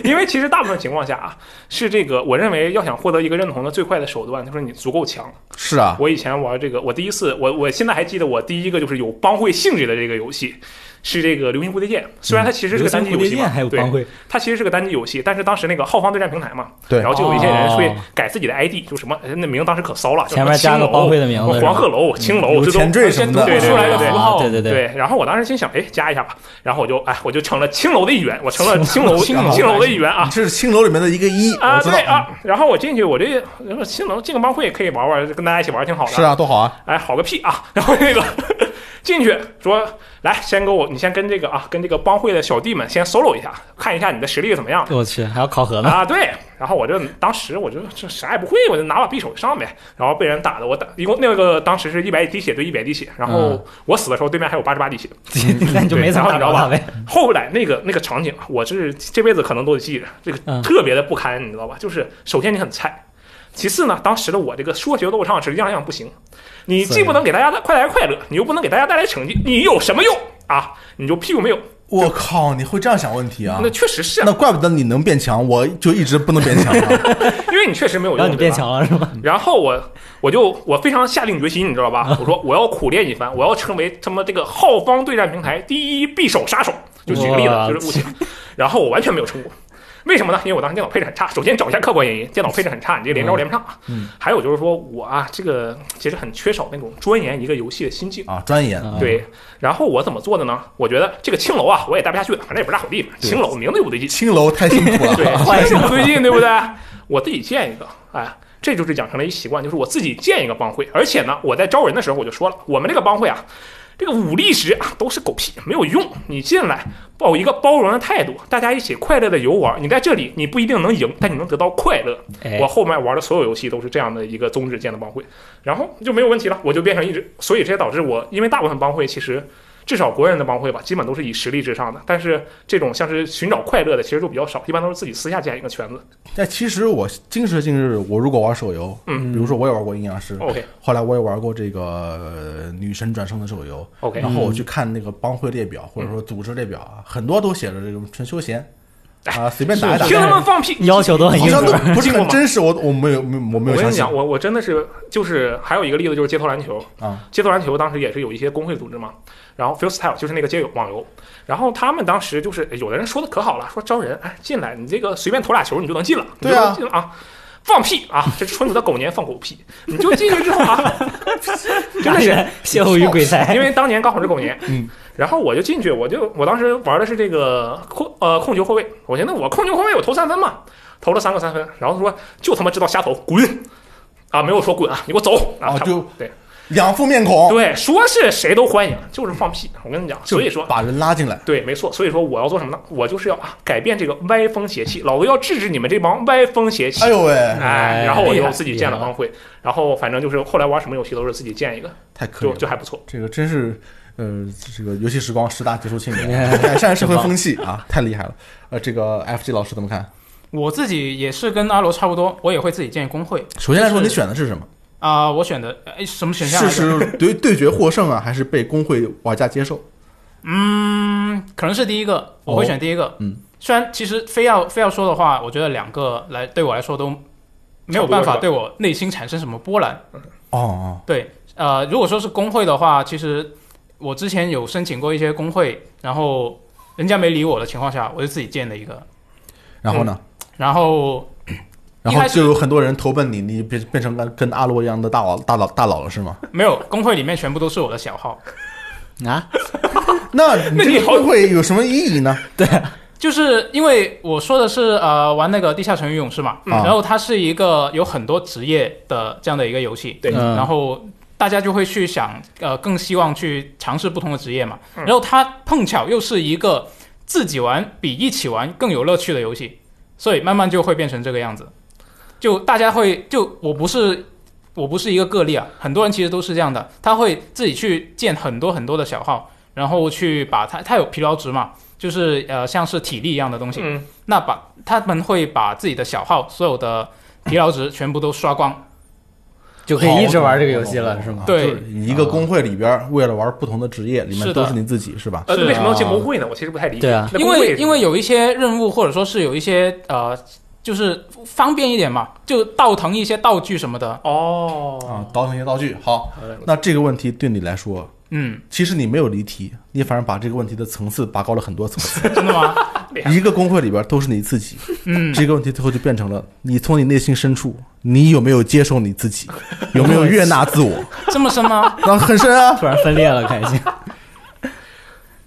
因为其实大部分情况下啊，是这个我认为要想获得一个认同的最快的手段，就是你足够强。是啊，我以前玩这个，我第一次，我我现在还记得我第一个就是有帮会性质的这个游戏，是这个《流星蝴蝶剑》，虽然它其实是流个星单机蝴游蝶戏剑嘛，还有帮对，会，它其实是个单机游戏，但是当时那个浩方对战平台嘛，对然后就有一些人会哦改自己的 ID，就什么呃那名当时可骚了，就什前么面加青个帮楼会的名字是吧，嗯黄鹤楼、青楼，有这都前缀什么的，对对出来的对符号，对对对，对，然后我当时心想，哎，加一下吧。然后我就，哎，我就成了青楼的一员，我成了青楼青楼青楼的一员啊你这是青楼里面的一个一，啊，我知对道，啊。然后我进去，我这然后青楼进个帮会可以玩玩，跟大家一起玩挺好的。是啊，多好啊，哎，好个屁啊！ 然后那个进去说，来，先给我，你先跟这个啊，跟这个帮会的小弟们先 solo 一下，看一下你的实力怎么样。我去，还要考核呢。啊，对，然后我就当时我就这啥也不会，我就拿把匕首上呗，然后被人打的我打，一共那个当时是一百滴血对一百滴血，然后嗯我死的时候对面还有八十八滴血，那你就没对咋然后你知打着道他吧呗。？ 后来那个那个场景，啊我是这辈子可能都得记着，这个嗯特别的不堪，你知道吧？就是首先你很菜，其次呢，当时的我这个说学逗唱是样样不行，你既不能给大家快带来快乐，你又不能给大家带来成绩，你有什么用啊？你就屁用没有？我靠，你会这样想问题啊那？确实是啊那，怪不得你能变强，我就一直不能变强 啊。因为你确实没有用，让你对变吧强了是吧？然后我我就我非常下定决心，你知道啊吧？我说我要苦练一番，我要成为他妈这个浩方对战平台第一匕首杀手。就举个例子，哇就是物情。然后我完全没有成功，为什么呢？因为我当时电脑配置很差。首先找一下客观原因，电脑配置很差，你这个连招连不上。嗯，还有就是说我啊，这个其实很缺少那种钻研一个游戏的心境。啊，钻研，啊，对，然后我怎么做的呢？我觉得这个青楼啊，我也待不下去了，反正也不是啥好地方。对青楼名字也不对劲，青楼太辛苦了， 对，这是不对劲，对不对？我自己建一个，哎，这就是养成了一习惯，就是我自己建一个帮会，而且呢，我在招人的时候我就说了，我们这个帮会啊，这个武力值啊都是狗屁，没有用。你进来抱一个包容的态度，大家一起快乐的游玩。你在这里，你不一定能赢，但你能得到快乐。哎我，后面玩的所有游戏都是这样的一个宗旨建的帮会，然后就没有问题了，我就变成一直，所以这也导致我，因为大部分帮会其实至少国人的帮会吧，基本都是以实力至上的，但是这种像是寻找快乐的其实就比较少，一般都是自己私下建一个圈子。但其实我今时今日，我如果玩手游，嗯比如说我也玩过阴阳师， OK 后来我也玩过这个呃女神转生的手游， OK，嗯然后我去看那个帮会列表或者说组织列表啊，很多都写着这种纯休闲 啊，随便打一打嗯，听他们放屁，要求都很好硬像都核。不是经过很吗真实。我我没有没有我没有我跟相你信讲，我我真的是就是还有一个例子就是街头篮球，啊，街头篮球当时也是有一些工会组织嘛，然后 Freestyle 就是那个街友网游，然后他们当时就是有的人说的可好了，说招人哎进来，你这个随便投俩球你就能进了，你就对啊能进了啊。放屁啊！这是纯属的狗年放狗屁，你就进去之后啊，真的是 是歇后语鬼 才因为当年刚好是狗年，嗯，然后我就进去，我就我当时玩的是这个控呃控球后卫，我寻思我控球后卫我投三分嘛，投了三个三分，然后他说就他妈知道瞎投，滚啊，没有说滚啊，你给我走啊，哦差不多就对两副面孔，对，说是谁都欢迎，就是放屁，我跟你讲，所以说就。把人拉进来，对，没错。所以说我要做什么呢？我就是要啊改变这个歪风邪气，老子要制止你们这帮歪风邪气哎。呦喂，哎，然后我就自己建了厉害帮会，然后反正就是后来玩什么游戏都是自己建一个，太可以就了，就还不错。这个真是。呃，这个游戏时光十大杰出 青年，改善社会风气啊，太厉害了！呃，这个 FG 老师怎么看？我自己也是跟阿罗差不多，我也会自己建工会首先来说，就是你选的是什么？啊、我选的哎什么选项是来着？ 是对对决获胜啊，还是被工会玩家接受？嗯，可能是第一个，我会选第一个。嗯，虽然其实非要非要说的话，我觉得两个来对我来说都没有办差不多是法吧对我内心产生什么波澜。哦哦，对，呃，如果说是工会的话，其实我之前有申请过一些工会，然后人家没理我的情况下，我就自己建了一个。然后呢？然后然嗯一后开始就有很多人投奔你，你变变成跟跟阿洛一样的大佬大佬大佬了是吗？没有工会里面全部都是我的小号，啊！那你 那你这个好工会有什么意义呢？就是因为我说的是呃玩那个地下城与勇士嘛，嗯然后它是一个有很多职业的这样的一个游戏，对嗯然后大家就会去想，呃，更希望去尝试不同的职业嘛。嗯然后它碰巧又是一个自己玩比一起玩更有乐趣的游戏，所以慢慢就会变成这个样子。就大家会，就我不是我不是一个个例啊，很多人其实都是这样的，他会自己去建很多很多的小号，然后去把它，它有疲劳值嘛，就是呃像是体力一样的东西，嗯，那把他们会把自己的小号所有的疲劳值全部都刷光，就可以一直玩这个游戏了，是吗？对就是一个工会里边，为了玩不同的职业，里面是的都是你自己，是吧？呃，是为什么要进工会呢？我其实不太理解。啊对啊那因工会为是因为有一些任务或者说是有一些呃，就是方便一点嘛，就倒腾一些道具什么的。啊哦，，倒腾一些道具。好，好嘞那这个问题对你来说，嗯，其实你没有离题，你反而把这个问题的层次拔高了很多层 次。真的吗？对一个工会里边都是你自己，嗯，这个问题最后就变成了你从你内心深处，你有没有接受你自 己，有没有悦纳自我？这么深吗？那很深啊，突然分裂了，开心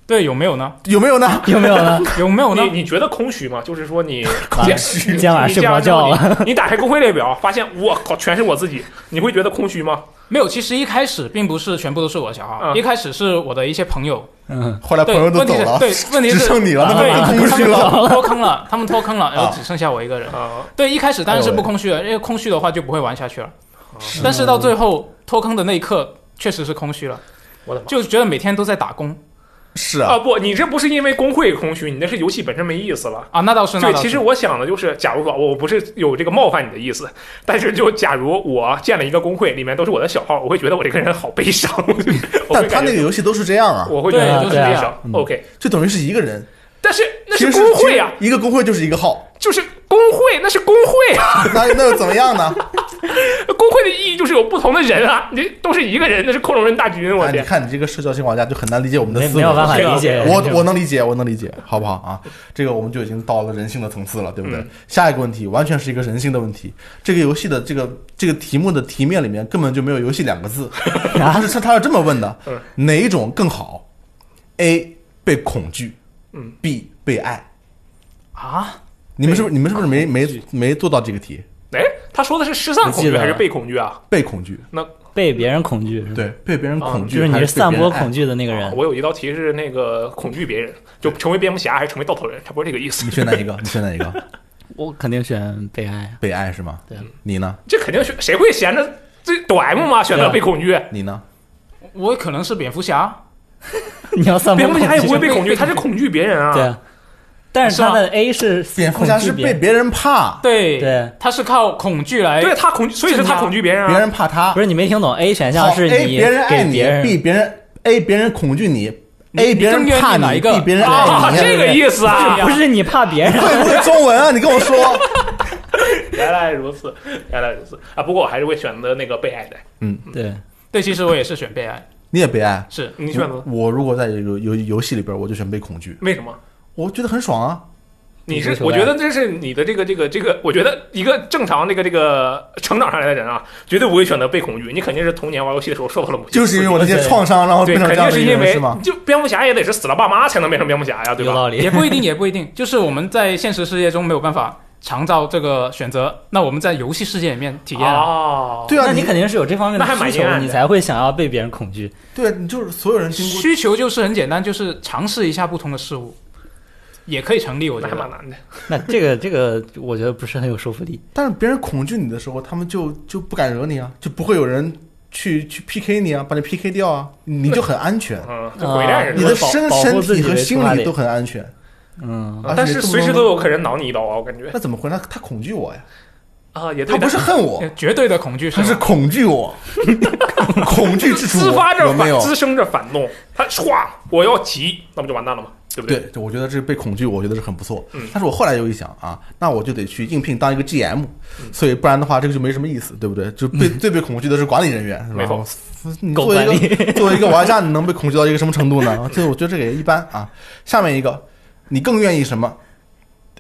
对，有没有呢？有没有呢？ 有没有呢？有没有呢？你你觉得空虚吗？就是说你 空虚今晚睡不着觉了了。你你打开工会列表，发现我靠，全是我自己，啊你会觉得空虚吗？没有，其实一开始并不是全部都是我的小号，嗯一开始是我的一些朋友。嗯，后啊来朋对，友都问题走是了，对，问题只是剩你了，对，那他么空们虚了。脱坑了，他们脱坑了，然哎后只剩下我一个人。啊，对，一开始当然是哎不呦喂嗯空虚的，因为空虚的话就不会玩下去了。但是到最后脱坑的那一刻，确实是空虚了，我的妈！就觉得每天都在打工是啊啊，不，你这不是因为工会空虚，你那是游戏本身没意思了。啊。那倒是，那对，倒其是实我想的就是，假如说哦我不是有这个冒犯你的意思，但是就假如我建了一个工会，里面都是我的小号，我会觉得我这个人好悲伤。 我会但他感那觉个游戏都是这样啊，我会觉得对就对啊悲伤。嗯 OK，就等于是一个人，但是那其是实工会啊，，一个工会就是一个号，就是工会，那是工会啊，那那又怎么样呢？工会的意义就是有不同的人啊，你都是一个人，那是克隆人大军， 我哎你天。看你这个社交型玩家就很难理解我们的没思维， 没有办法对啊理解我我能理解，我能理解，好不好啊？这个我们就已经到了人性的层次了，对不对？嗯下一个问题完全是一个人性的问题。这个游戏的这个这个题目的题面里面根本就没有“游戏”两个 字，他是他他是这么问的：嗯哪一种更好？A 被恐惧，嗯，B 被爱。啊，你们是不是你们是不是没没没做到这个题？哎，他说的是失散恐我记惧得还是被恐惧啊？被恐惧，被别人恐惧，是吧对，被别人恐惧，啊就是你还是是散播恐惧。惧的那个人啊。我有一道题是那个恐惧别人，就成为蝙蝠侠还是成为稻草人，差不多这个意思你。选哪一个？你选哪一个？我肯定选被爱啊，被爱是吗？对啊你呢？这肯定是谁会闲着这抖 M 嘛？选择被恐惧，你呢？我可能是蝙蝠侠， 你要散播蝙蝠恐惧侠也不会被恐惧，被他是恐惧别人啊。对啊，但是他是的 A 是蝙蝠侠是恐惧别被人别人怕，对对他是靠恐惧来，对他恐惧，所以是他恐惧别人别啊。人怕他不，是你没听懂 A 选项好是 A 你别人爱给你别人，B 别人 A 别人恐惧你你，A 别人你更愿意怕哪你一个，B 别人啊爱，你。这个意思啊 不！是你怕别人，会不会中文啊？你跟我说，原来如此，原来如此啊！不过我还是会选择那个被爱的。对，对，其实我也是选被爱，你也别爱。是你选择我如果在这个游游戏里边，我就选被恐惧，为什么？我觉得很爽啊。你你是是我被觉爱得这是你的这个这个这个，我觉得一个正常这个这个成长上来的人啊，绝对不会选择被恐惧。你肯定是童年玩游戏的时候受到了某些就是因为我那些创伤，然后对，变成肯这样定的是一因个人，为是吗？就蝙蝠侠也得是死了爸妈才能变成蝙蝠侠呀，对有吧？道理也。不一定，也不一定，就是我们在现实世界中没有办法常照这个选择，那我们在游戏世界里面体验啊，哦，对啊，那你你肯定是有这方面的那还蛮需阴求，暗的你才会想要被别人恐惧。对啊，你就是所有人经过，需求就是很简单，就是尝试一下不同的事物，也可以成立。我那觉还蛮得难的。那这个这个，我觉得不是很有说服力。但是别人恐惧你的时候，他们就就不敢惹你啊，就不会有人去去 PK 你啊，把你 PK 掉啊，你就很安全，嗯，就鬼战士啊你的保身保护身自体己和为心出发理点都很安全。嗯，而且但是动不随时动都有可能挠你一刀啊，我感觉那怎么回事？他他恐惧我呀，啊，也他对不是恨我，哎绝对的恐惧他是是吧恐惧 我，恐惧之处自发着有没反有？滋生着反动，他唰，我要急，那不就完蛋了吗？对不对？对，就我觉得这被恐惧，我觉得是很不错。嗯但是我后来又一想啊，那我就得去应聘当一个 GM，、所嗯以不然的话，这个就没什么意思，对不对？就被、最被恐惧的是管理人员，是吧没错。你狗作为管一 个作为一个玩家，你能被恐惧到一个什么程度呢？所以我觉得这个也一般啊。下面一个，你更愿意什么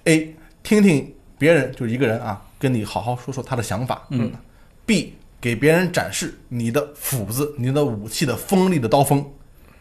？A，听听别人，就是一个人啊，跟你好好说说他的想法。嗯。 B，给别人展示你的斧子、你的武器的锋利的刀锋。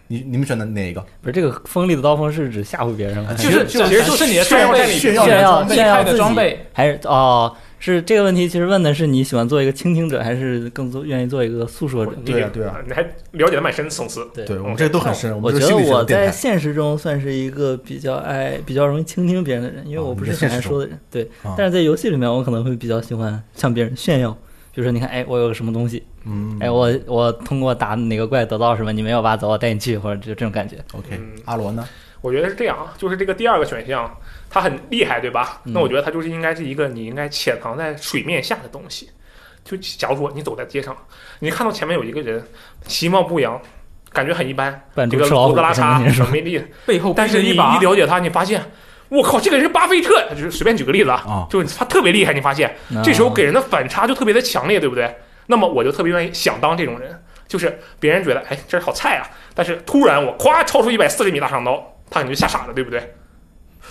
你你们选的哪一个？不是这个锋利的刀锋是指吓唬别人吗？其就是实就其实就是你的炫装耀备，炫耀你你的炫的耀装备炫耀装备厉害自的己装备，还是哦？是这个问题，其实问的是你喜欢做一个倾听者，还是更做愿意做一个诉说者？你对啊对啊，你还了解的蛮深层次。对我们这个都很深，我们觉这是得心理学我的电在台。现实中算是一个比较爱、比较容易倾听别人的人，因为啊我不你是在很现爱实说的人。对啊，但是在游戏里面，我可能会比较喜欢向别人炫耀，比如说，你看，哎，我有个什么东西，嗯哎，我我通过打哪个怪得到什么，你没有吧？走，我带你去，或者就这种感觉。 ，OK，嗯阿罗呢？我觉得是这样啊，就是这个第二个选项，它很厉害，对吧？嗯那我觉得它就是应该是一个你应该潜藏在水面下的东西。就假如说你走在街上，你看到前面有一个人其貌不扬，感觉很一般，扮这猪个吃老胡虎子拉什么碴，您很说？没力，背后但是逼你一着一把了解他，你发现。我靠，这个人是巴菲特，就是随便举个例子啊，啊，就是他特别厉害，你发现这时候给人的反差就特别的强烈，对不对？那么我就特别愿意想当这种人，就是别人觉得哎这人好菜啊，但是突然我咵超出一百四十米大长刀，他可能就吓傻了，对不对？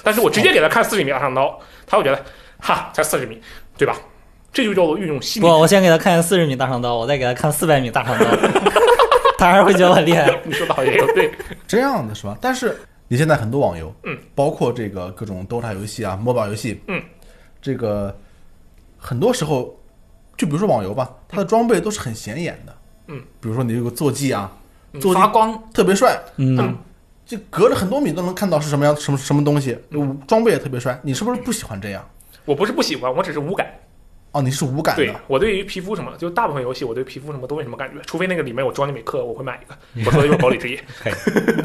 但是我直接给他看四十米大长刀，他会觉得哈才四十米，对吧？这就叫做运用心不，理。我先给他看四十米大长刀，我再给他看四百米大长刀，他还是会觉得我很厉害。你说的好也有对，这样的是吧？但是你现在很多网游，嗯，包括这个各种 DOTA 游戏啊、MOBA 游戏，嗯，这个很多时候，就比如说网游吧，它的装备都是很显眼的，嗯，比如说你这个坐骑啊，嗯坐骑发光，特别帅，嗯，就隔着很多米都能看到是什么样、什么什么东西，呃装备也特别帅。你是不是不喜欢这样？我不是不喜欢，我只是无感。哦，你是无感对的，我对于皮肤什么，就大部分游戏我对皮肤什么都没什么感觉，除非那个里面有装你美克，我会买一个。我说的就是堡 垒之夜，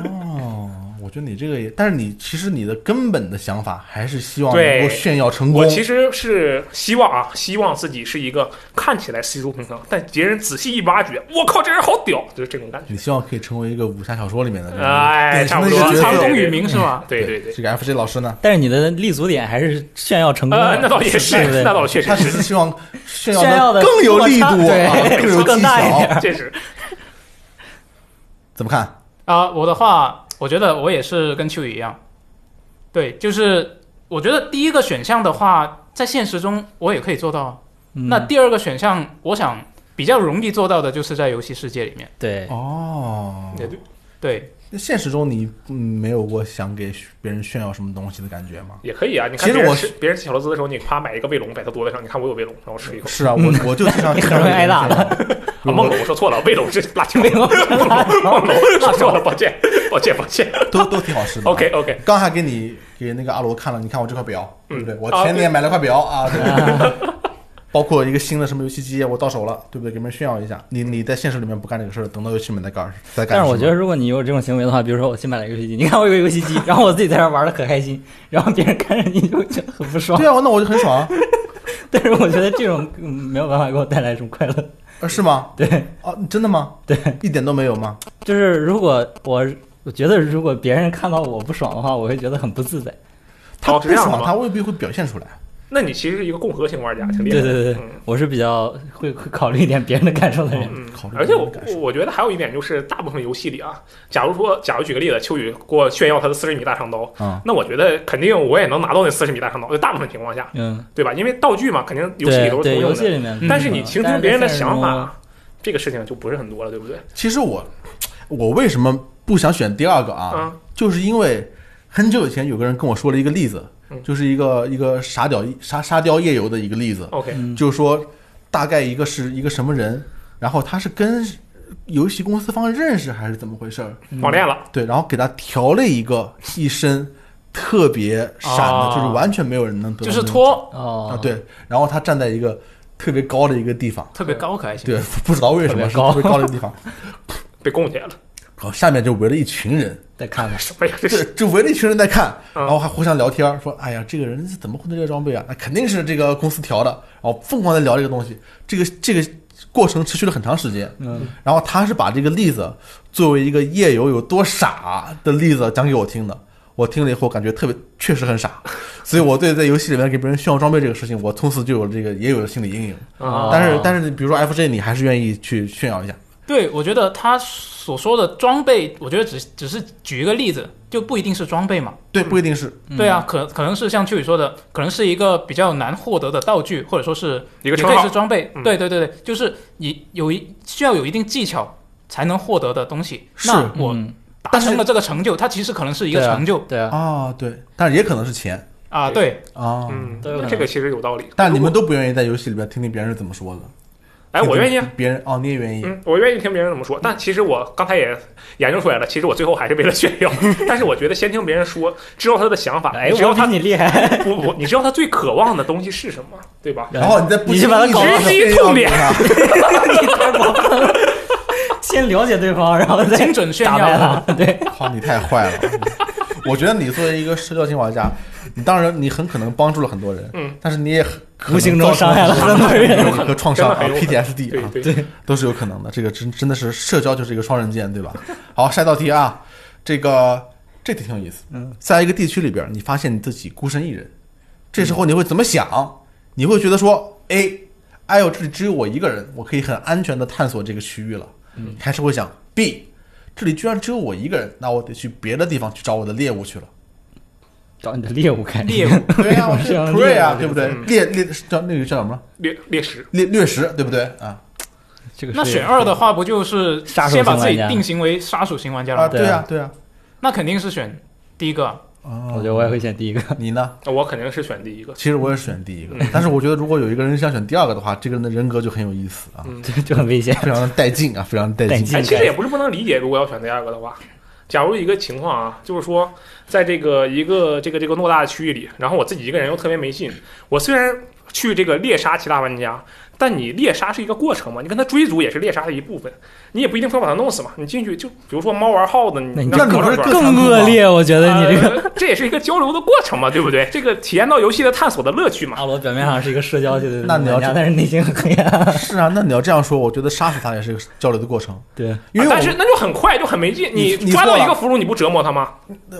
哦。我觉得你这个也，但是你其实你的根本的想法还是希望对能够炫耀成我功。其实是希望啊，希望自己是一个看起来稀疏平常，但别人仔细一挖掘，我靠，这人好屌，就是这种感觉。你希望可以成为一个武侠小说里面的这种哎典型嗯的一差不个多角差长不色多。空与明是吧？对对对，这个 FJ 老师呢？但是你的立足点还是炫耀成功呃，那倒也是是，对不，对那倒确他实只是，是希望炫炫耀耀的得更有落力差度，对啊，更有说技更大一巧 点。确实怎么看？啊，我的话，我觉得我也是跟秋雨一样，对，就是我觉得第一个选项的话，在现实中我也可以做到啊。嗯那第二个选项，我想比较容易做到的就是在游戏世界里面，对哦，也对，对，那现实中你嗯没有过想给别人炫耀什么东西的感觉吗？也可以啊。你看其实别人我吃别人吃小螺丝的时候，你啪买一个卫龙摆他桌子上，你看我有卫龙，然后我吃一口。是啊，我我就经常你很容易挨打 的。啊，梦龙，我说错了，卫龙是辣椒，卫龙是辣 椒梦龙说错了，抱歉，抱歉，抱歉。都都挺好吃的。 OK OK，刚还给你给那个阿罗看了，你看我这块表，对不嗯对？我啊前年买了块表啊，对吧？包括一个新的什么游戏机，我到手了，对不对？给你们炫耀一下。你你在现实里面不干这个事儿，等到游戏里面再干，再干。但是我觉得，如果你有这种行为的话，比如说我新买了一个游戏机，你看我有个游戏机，然后我自己在这儿玩的可开心，然后别人看着你就会觉得很不爽对。啊，那我就很爽 啊，但是我觉得这种嗯没有办法给我带来什么快乐。呃是吗？对，哦，真的吗？对，一点都没有吗？就是如果我我觉得如果别人看到我不爽的话，我会觉得很不自在。他哦不是这样的爽，吗他未必会表现出来。那你其实是一个共和型玩家，挺厉对害对的。对对嗯，我是比较会会考虑一点别人的感受的人。嗯考虑而别且人我的感受我觉得还有一点就是，大部分游戏里啊，假如说，假如举个例子，秋雨给我炫耀他的四十米大长刀，嗯那我觉得肯定我也能拿到那四十米大长刀，就大部分情况下，嗯，对吧？因为道具嘛，肯定游戏里对都是对，通游用戏的。里面，嗯但是你倾听别人的想但是在现实中，法，这个事情就不是很多了，对不对？其实我我为什么不想选第二个啊？嗯就是因为很久以前有个人跟我说了一个例子，嗯就是一个一个沙雕沙沙雕夜游的一个例子， ，OK，嗯就是说大概一个是一个什么人，然后他是跟游戏公司方认识还是怎么回事儿？嗯网恋了，对，然后给他调了一个一身特别闪的，啊就是完全没有人能得到就那是种拖啊，哦，对，然后他站在一个特别高的一个地方。特别高可还行，对，不知道为什么是特特别高别高的地方，被供起来了，然后下面就围了一群人，再看看，哎呀，这对是，就围了一群人在看，嗯然后还互相聊天，说：“哎呀，这个人是怎么获得这个装备啊？那肯定是这个公司调的。”然后疯狂的聊这个东西，这个这个过程持续了很长时间。嗯，然后他是把这个例子作为一个夜游有多傻的例子讲给我听的。我听了以后感觉特别，确实很傻，所以我对在游戏里面给别人炫耀装备这个事情，我从此就有这个也有了心理阴影。啊哦但是但是，比如说 FJ，你还是愿意去炫耀一下。对，我觉得他所说的装备，我觉得只只是举一个例子，就不一定是装备嘛。对，不一定是对啊，可可能是像秋雨说的，可能是一个比较难获得的道具，或者说是一个也称可以号是装备。嗯对对对对，就是你有一需要有一定技巧才能获得的东西。是那我嗯达但是成了这个成就，它其实可能是一个对啊成就对啊，啊，对，但是也可能是钱啊。对，啊。嗯都有可，能这个其实有道理。但你们都不愿意在游戏里边听听别人是怎么说的。哎，我愿意啊，听听别人哦，你也愿意。嗯，我愿意听别人怎么说，但其实我刚才也研究出来了，其实我最后还是为了炫 耀。但是我觉得先听别人说，知道他的想法，哎，你知道我比他你 厉害，不不，你知道他最渴望的东西是什么，对吧？然后你再不你就把它搞了了直击痛点， 先了解对方，然后再精准炫打败耀。他，对，靠，你太坏了！我觉得你作为一个社交型玩家，你当然你很可能帮助了很多人，嗯，但是你也很可能无形中伤害了很多人造成很多创伤啊真的很有可能对，PTSD 啊，对对都是有可能的。这个真真的是社交就是一个双刃剑，对吧？ 好，下一道题啊，这个这题挺有意思。嗯，在一个地区里边，你发现你自己孤身一人，这时候你会怎么想？你会觉得说，A，哎呦，这里只有我一个人，我可以很安全的探索这个区域了。嗯，还是会想 B，这里居然只有我一个人，那我得去别的地方去找我的猎物去 了。找你的猎物看。 猎物对呀、我是这样 prey 啊，猎物对不对？嗯猎猎叫那个叫什么？猎猎食，猎掠食，对不对啊？这个那是选二的话，不就是杀手先把型玩自己家定型为杀手型玩家了啊，吗？对呀、对呀、那肯定是选第一个啊。啊。我觉得我也会选第一个。 你呢？我肯定是选第一个。其实我也选第一个嗯，但是我觉得如果有一个人想选第二个的话，这个人的人格就很有意思啊，嗯，就就很危险。非常的带劲啊，非常带带劲。劲哎，其实也不是不能理解，如果要选第二个的话，假如一个情况啊，就是说，在这个一个这个这个偌大的区域里，然后我自己一个人又特别没劲，我虽然去这个猎杀其他玩家。但你猎杀是一个过程嘛，你跟他追逐也是猎杀的一部分，你也不一定非要把他弄死嘛。你进去就比如说猫玩耗子，那你你那让你狗不是玩狗更更恶劣，我觉得你这个呃 这也是一个交流的过程嘛，对不对？这个体验到游戏的探索的乐趣嘛。啊阿罗表面上是一个社交系的那你要玩家这但是内心很黑 暗。是啊，那你要这样说，我觉得杀死他也是一个交流的过程，对，因为啊但是我那就很快，就很没劲。你你抓错到一了个俘虏，你不折磨他吗？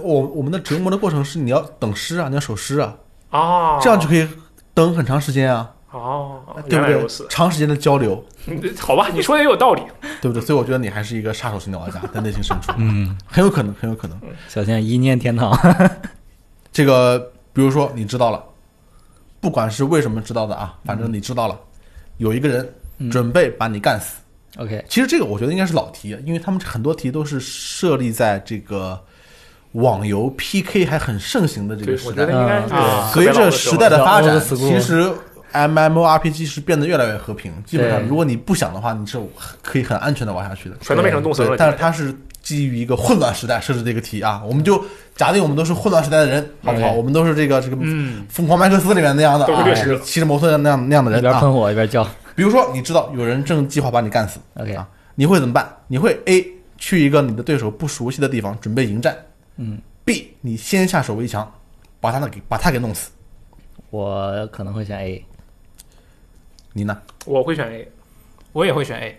我我们的折磨的过程是你要等尸啊，你要守尸啊，哦，这样就可以等很长时间啊，哦，对原不来如对此？。长时间的交流，嗯好吧，你说的也有道理。对不嗯对？所以我觉得你还是一个杀手型的玩家，在内心深处 嗯，很有可能，很有可能。嗯小心啊一念天堂。 这个，比如说你知道了，不管是为什么知道的啊，反正你知道了，嗯有一个人嗯准备把你干死。 OK，其实这个我觉得应该是老题，因为他们很多题都是设立在这个网游 PK 还很盛行的这对个，时我觉得代。应该嗯是随着时 代的发展， Old school 其实 MMORPG 是变得越来越和平。基本上，对如果你不想的话，你是可以很安全的玩下去的。全都变成动森对，了。但是它是基于一个混乱时代设置的一个题啊，我们就假定我们都是混乱时代的人，好不好？ OK 我们都是这个这个嗯，疯狂麦克斯里面那样的都是啊掠食者，骑着摩托那样那样的一人边啊。喷火一边叫。比如说，你知道有人正计划把你干死， OK，啊你会怎么办？你会 A 去一个你的对手不熟悉的地方准备迎战嗯， ，B 你先下手为强，把他那给把他给弄死。我可能会选 A。你呢？我会选 A，我也会选 A。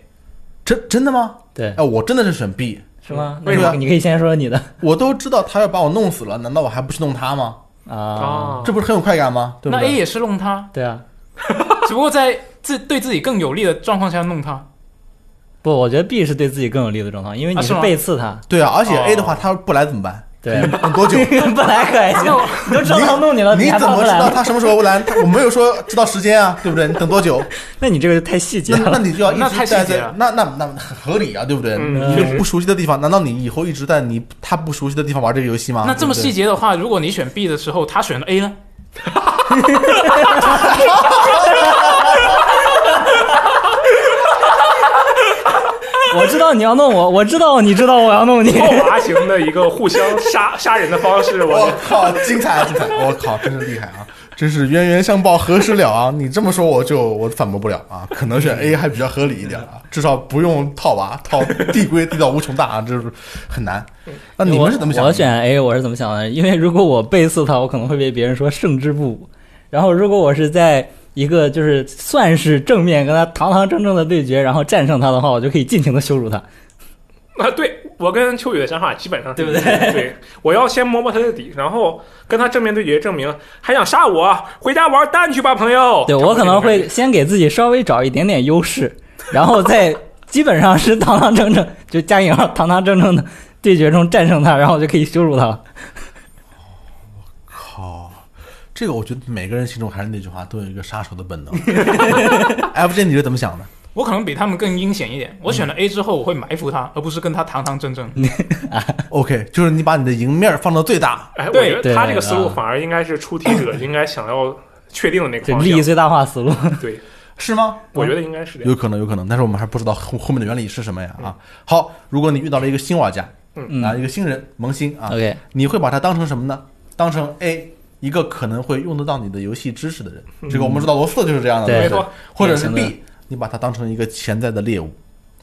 真真的吗？对哎，，我真的是选 B。是吗？为什么那你你可以先说你的我都知道他要把我弄死了，难道我还不去弄他吗？啊。这不是很有快感吗？对不哦那 A 对？也是弄他，对啊，只不过在自对自己更有利的状况下弄他。啊不，我觉得 B 是对自己更有利的状况，因为你啊是吗背刺他。对啊，而且哦 A 的话，他不来怎么办？ 对，等多久？不来可还行，你都正常弄 你了，你还怎怕么不知来道吗？他什么时候会来？他我没有说知道时间啊，对不对？你等多久？那你这个就太细节那那了。你就要一那直太待细节在了那那那很合理啊，对不对？嗯你确就不熟悉的地方，难道你以后一直在你他不熟悉的地方玩这个游戏吗？那这么对不对细节的话，如果你选 B 的时候，他选了 A 呢？ 我知道你要弄我，我知道你知道我要弄你。哦套娃型的一个互相杀杀人的方式。我我靠，精彩啊精彩！我靠，真是厉害啊！真是冤冤相报何时了啊！你这么说我就我反驳不了啊，可能选 A 还比较合理一点啊，至少不用套娃套递归递到无穷大啊，这是很难。那你们是怎么想的？嗯我？我选 A，我是怎么想的？因为如果我背刺他，我可能会被别人说胜之不武。然后如果我是在一个就是算是正面跟他堂堂正正的对决，然后战胜他的话，我就可以尽情的羞辱哦他。啊，对我跟秋雨的想法基本上是对不一致的对，我要先摸摸他的底，然后跟他正面对决，证明还想杀我，回家玩蛋去吧，朋友。对我可能会先给自己稍微找一点点优势，然后再基本上是堂堂正正，就加引号堂堂正正的对决中战胜他，然后我就可以羞辱他了。靠，这个我觉得每个人心中还是那句话，都有一个杀手的 本能。FJ 你是怎么想的？我可能比他们更阴险嗯一点。我选了 A 之后，我会埋伏他，而不是跟他堂堂正正。 OK，就是你把你的赢面放到最大，哎，我对觉得他对这个思路啊反而应该是出题 者应该想要确定的那个对，方利益向。最大化思路。啊对，是吗？嗯我觉得应该是这样。有可能，有可能，但是我们还不知道后后面的原理是什么嗯呀？啊，好，如果你遇到了一个新玩家，嗯啊，一个新人萌新啊， ，OK，你会把它当成什么呢？当成 A 一个可能会用得到你的游戏知识的人，这个我们知道罗斯特就是这样的，对对嗯没不对错，或者是典 B，你把它当成一个潜在的猎物，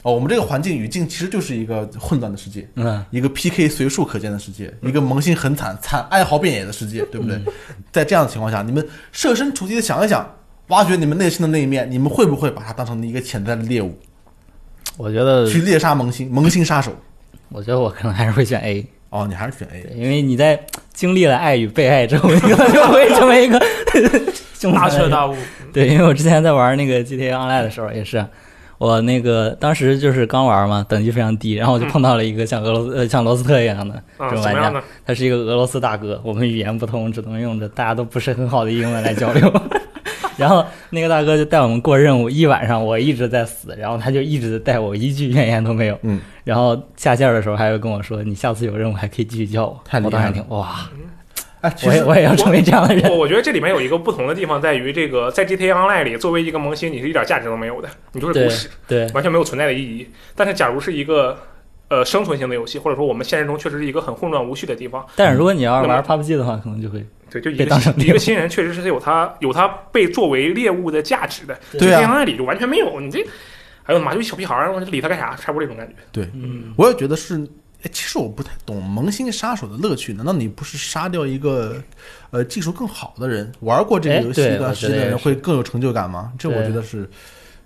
哦，我们这个环境语境其实就是一个混乱的世界，嗯，一个 PK 随处可见的世界，一个萌新很惨惨哀嚎遍野的世界，对不嗯对？ 在这样的情况下，你们设身处地的想一想，挖掘你们内心的那一面，你们会不会把它当成一个潜在的猎物我觉得，去猎杀萌新萌新杀手？我觉得我可能还是会选 A，哦，你还是选 A 对。因为你在经历了爱与被爱之后，你可能就会成为一个 凶大残的彻人大悟，对，因为我之前在玩那个 GTA Online 的时候也是，我那个当时就是刚玩嘛，等级非常低，然后嗯我就碰到了一个像俄罗斯、呃像罗斯特一样的，啊，怎这么玩样家呢？他是一个俄罗斯大哥，我们语言不通，只能用着大家都不是很好的英文来交流。然后那个大哥就带我们过任务，一晚上我一直在死，然后他就一直带我，一句怨言都没有。嗯，然后下线的时候还会跟我说，你下次有任务还可以继续叫我。太厉我当害时听，哇，哎，其我也实我也要成为这样的人。我我觉得这里面有一个不同的地方在于，这个在 GTA Online 里，作为一个萌新，你是一点价值都没有的，你就是对故事，对，完全没有存在的意义。但是，假如是一个呃生存型的游戏，或者说我们现实中确实是一个很混乱无序的地方，但是如果你要是那玩么 PUBG 的话，可能就会对，就一被当个成猎一物个新人确实是有他有他被作为猎物的价值的。对啊 GTA Online 里就完全没有，你这。哎呦我的妈！就一小屁孩儿，我理他干啥？差不多这种感觉。嗯，我也觉得是。哎，其实我不太懂萌新杀手的乐趣。难道你不是杀掉一个，呃，技术更好的人，玩过这个哎游戏对一段我时觉间得的也人是会更有成就感吗？这我对觉得是，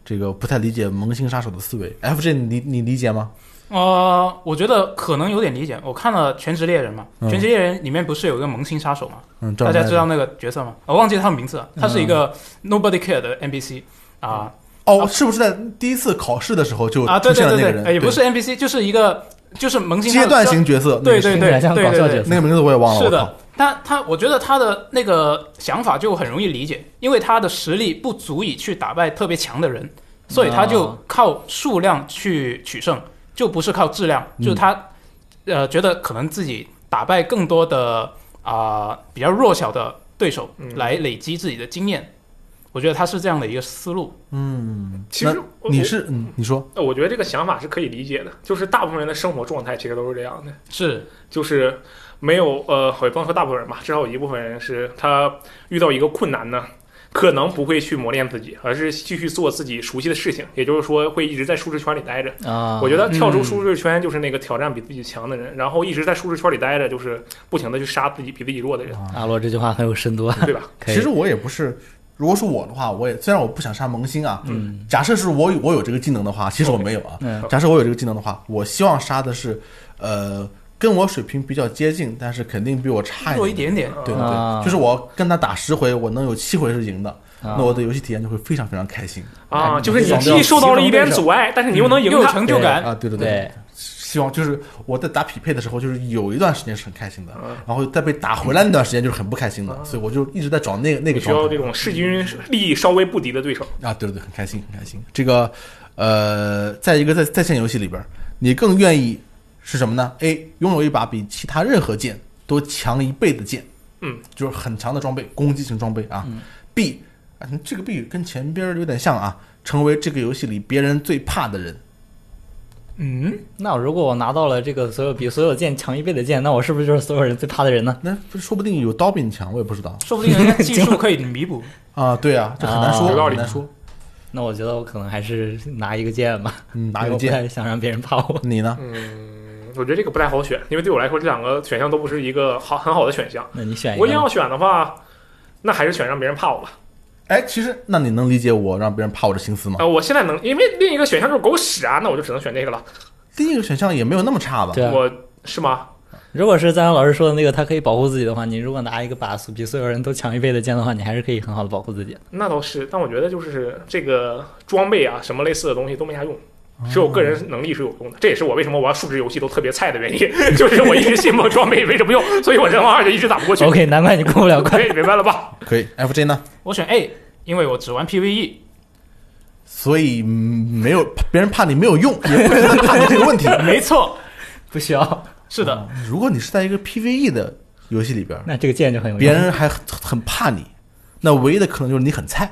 这个不太理解萌新杀手的思维。FJ，你理你理解吗？呃，我觉得可能有点理解。我看了《全职猎人》嘛，嗯《全职猎人》里面不是有一个萌新杀手嘛？嗯，大家知赵嗯道那个角色吗？我忘记他的名字了，他是一个 Nobody Care 的 NPC 啊哦，是不是在第一次考试的时候就啊，对嗯出对现了那个对对，人？哎也不是 NPC，就是一个就是萌对新杀手阶段型角色，那对个对听是起对来像对搞对笑对角色。那个名字我也忘了。是我靠的，他他，我觉得他的那个想法就很容易理解，因为他的实力不足以去打败特别强的人，所以他就啊靠数量去取胜，就不是靠质量。嗯就是他，呃，觉得可能自己打败更多的啊、比较弱小的对手嗯来累积自己的经验。我觉得他是这样的一个思路。嗯，其实我呃你是嗯，你说我，我觉得这个想法是可以理解的，就是大部分人的生活状态其实都是这样的。是就是没有呃，我也不能说大部分人吧，至少有一部分人是他遇到一个困难呢，可能不会去磨练自己，而是继续做自己熟悉的事情，也就是说会一直在舒适圈里待着。啊，我觉得跳出嗯舒适圈就是那个挑战比自己强的人，然后一直在舒适圈里待着，就是不停的去杀自己比自己弱的人，阿洛这句话很有深度啊，对吧？可以其实我也不是，如果是我的话，我也虽然我不想杀萌新啊，嗯假设是我有我有这个技能的话，其实我没有啊。嗯假设我有这个技能的话，我希望杀的是，呃，跟我水平比较接近，但是肯定比我差弱一一点。点点，对对啊对，啊就是我跟他打十回，我能有七回是赢的，啊那我的游戏体验就会非常非常开心啊，就是你爽掉既受到了一点爽掉阻碍，嗯但是你又能赢又有他。成就感。啊！对对对，希望就是我在打匹配的时候，就是有一段时间是很开心的嗯，然后再被打回来那段时间就是很不开心啊的，所以我就一直在找那个那个你需要状态这种势均力稍微不敌的对手，啊！对对对，很开心很开心。这个呃，在一个在在线游戏里边，你更愿意是什么呢？A 拥有一把比其他任何剑都强一倍的剑，嗯，就是很强的装备，攻击型装备啊。嗯 B 啊，这个 B 跟前边儿有点像啊，成为这个游戏里别人最怕的人。嗯，那如果我拿到了这个所有比所有剑强一倍的剑，那我是不是就是所有人最怕的人呢？那不说不定有刀比你强，我也不知道说不定人家技 术可以弥补。啊。对啊，这很难说，啊有道很理难说。那我觉得我可能还是拿一个剑吧， 嗯，哪有因为我剑？不太想让别人怕我。你呢？嗯，我觉得这个不太好选，因为对我来说这两个选项都不是一个好很好的选项。哎那你选一我个硬吧要选的话，那还是选让别人怕我吧。哎，其实那你能理解我让别人怕我的心思吗？哦呃，我现在能，因为另一个选项就是狗屎啊，那我就只能选这个了。第一个选项也没有那么差吧？对啊，我是吗？如果是赞扬老师说的那个，他可以保护自己的话，你如果拿一个把比所有人都强一倍的剑的话，你还是可以很好的保护自己。那倒是，但我觉得就是这个装备啊，什么类似的东西都没啥用。哦只有个人能力是有用的，这也是我为什么玩数值游戏都特别菜的原因， 就是我一直信奉装备没什么用，所以我人王二就一直打不过去。 OK，难怪你过不了关可。以明白了吧？可以。FJ 呢？我选 A，因为我只玩 E PVE。所以、嗯没有别人怕你没有用，也不是在怕你这个问题。 没错，不需要，是的。如果你是在一个 PVE 的游戏里边， 那这个剑就很有用。别人还很很怕你，那唯一的可能就是你很菜，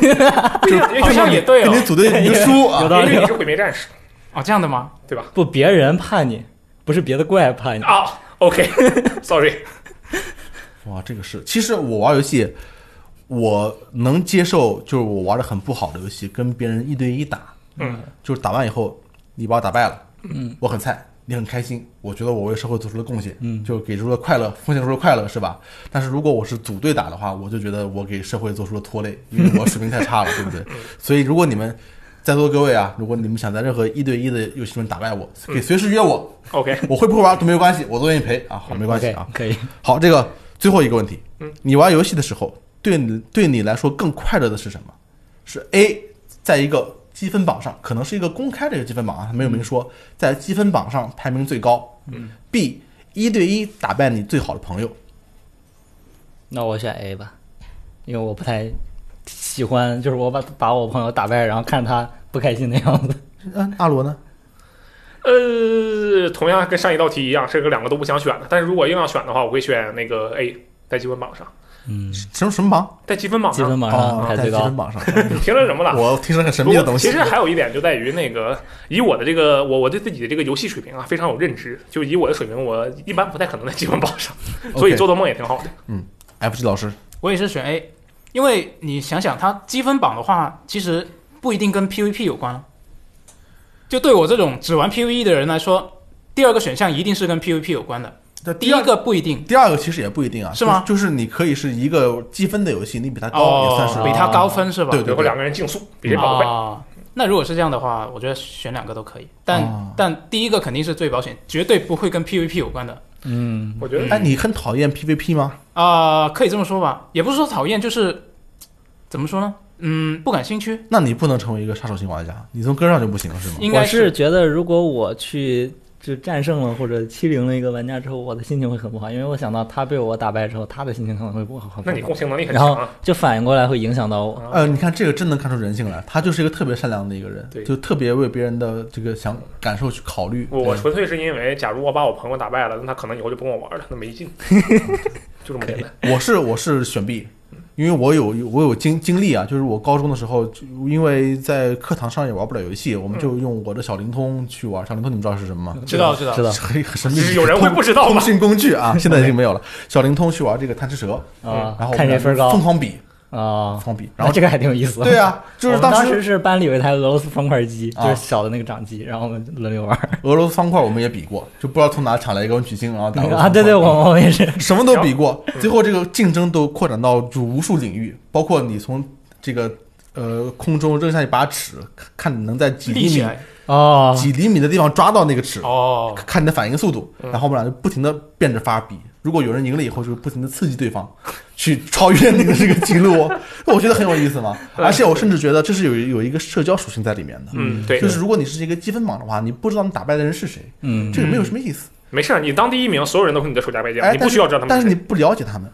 对呀，因为好像你也对哎跟哦你。组队你就输有啊。道因为理你。是毁灭战士哦，这样的吗？不，别人怕你，不是别的怪怕你。啊。OK，sorry， 哇，这个是，其实我玩游戏，我能接受，就是我玩的很不好的游戏，跟别人一对一打，嗯，就是打完以后，你把我打败了，嗯我很菜，你很开心，我觉得我为社会做出了贡献，嗯，就给出了快乐，奉献出了快乐，是吧？但是如果我是组队打的话，我就觉得我给社会做出了拖累，因为我水平太差了，对不对？所以如果你们在座各位啊，如果你们想在任何一对一的游戏中打败我，可以随时约我， OK，我会不会玩都没有关系，我都愿意陪啊，好，没关系啊。 OK，可以。好，这个最后一个问题嗯，你玩游戏的时候，对你对你来说更快乐的是什么？是 A 在一个积分榜上，可能是一个公开的一个积分榜啊，没有嗯明说，在积分榜上排名最高。嗯，B 一对一打败你最好的朋友。那我选 A 吧，因为我不太喜欢，就是我把把我朋友打败，然后看他不开心的样子。嗯、阿罗呢？呃，同样跟上一道题一样，这个两个都不想选的。但是如果硬要选的话，我会选那个 A，在积分榜上，嗯，什么什么榜？在积分榜积上分。榜上哦，排在最积高分。榜 上。你听着什么了？我听成很神不秘过的东西。其实还有一点就在于那个，以我的这个我我对自己的这个游戏水平啊非常有认知，就以我的水平，我一般不太可能在积分榜上，所以做做梦也挺好的。 FG 老师，我也是选 A，因为你想想，它积分榜的话，其实不一定跟 PVP 有关。就对我这种只玩 PVE 的人来说，第二个选项一定是跟 PVP 有关的，那第一个不一定。第二个其实也不一定啊，是吗就就是你可以是一个积分的游戏，你比他高也算是哦，比他高分是吧？对对然后两个人竞速，比谁跑得快。啊。那如果是这样的话，我觉得选两个都可以，但、哦但第一个肯定是最保险，绝对不会跟 PVP 有关的嗯，我觉得哎，你很讨厌 PVP 吗？啊、可以这么说吧，也不是说讨厌，就是怎么说呢？嗯，不感兴趣，那你不能成为一个杀手型玩家，你从根上就不行了，是吗？应我该是觉得如果我去就战胜了或者欺凌了一个玩家之后，我的心情会很不好，因为我想到他被我打败之后，他的心情可能会不好。那你共情能力很然强后啊。就反应过来会影响到我。啊呃，你看这个真能看出人性来，他就是一个特别善良的一个人，对就特别为别人的这个想感受去考虑。我我对纯粹是因为，假如我把我朋友打败了，那他可能以后就不跟我玩了，那没劲， 就这么简单。我是我是选 B，因为我有我有经经历啊，就是我高中的时候，就因为在课堂上也玩不了游戏，我们就用我的小灵通去玩。小灵通你们知道是什么吗？嗯知道知道知道是很很神秘，有人会不知道通吗？讯工具啊，现在已经没有了。小灵通去玩这个贪吃蛇，嗯啊然后，我们看谁分高疯狂比，疯啊。狂比，然 然后后这个还挺有意思。对啊，就是我们当时是班里有一台俄罗斯方块机，就啊是小的那个掌机，然后我们轮流玩儿。啊俄罗斯方块我们也比过，就不知道从哪抢来一个文曲星，然后打俄罗斯啊，对对，方块我我也是。什么都比过，最后这个竞争都扩展到就无数领域，包括你从这个呃空中扔下一把尺，看看你能在几立厘起米来哦，几厘米的地方抓到那个尺，啊哦，看你的反应速度，嗯然后我们俩就不停的变着法儿比。如果有人赢了以后，就不停的刺激对方，去超越你的这个记录哦， 我觉得很有意思嘛。而且我甚至觉得这是有有一个社交属性在里面的，嗯，对就，是如果你是一个积分榜的话，你不知道你打败的人是谁，嗯，这个没有什么意思。没事儿，你当第一名，所有人都是你的手下败将，哎你不需要知道他们但是谁你不了解他们，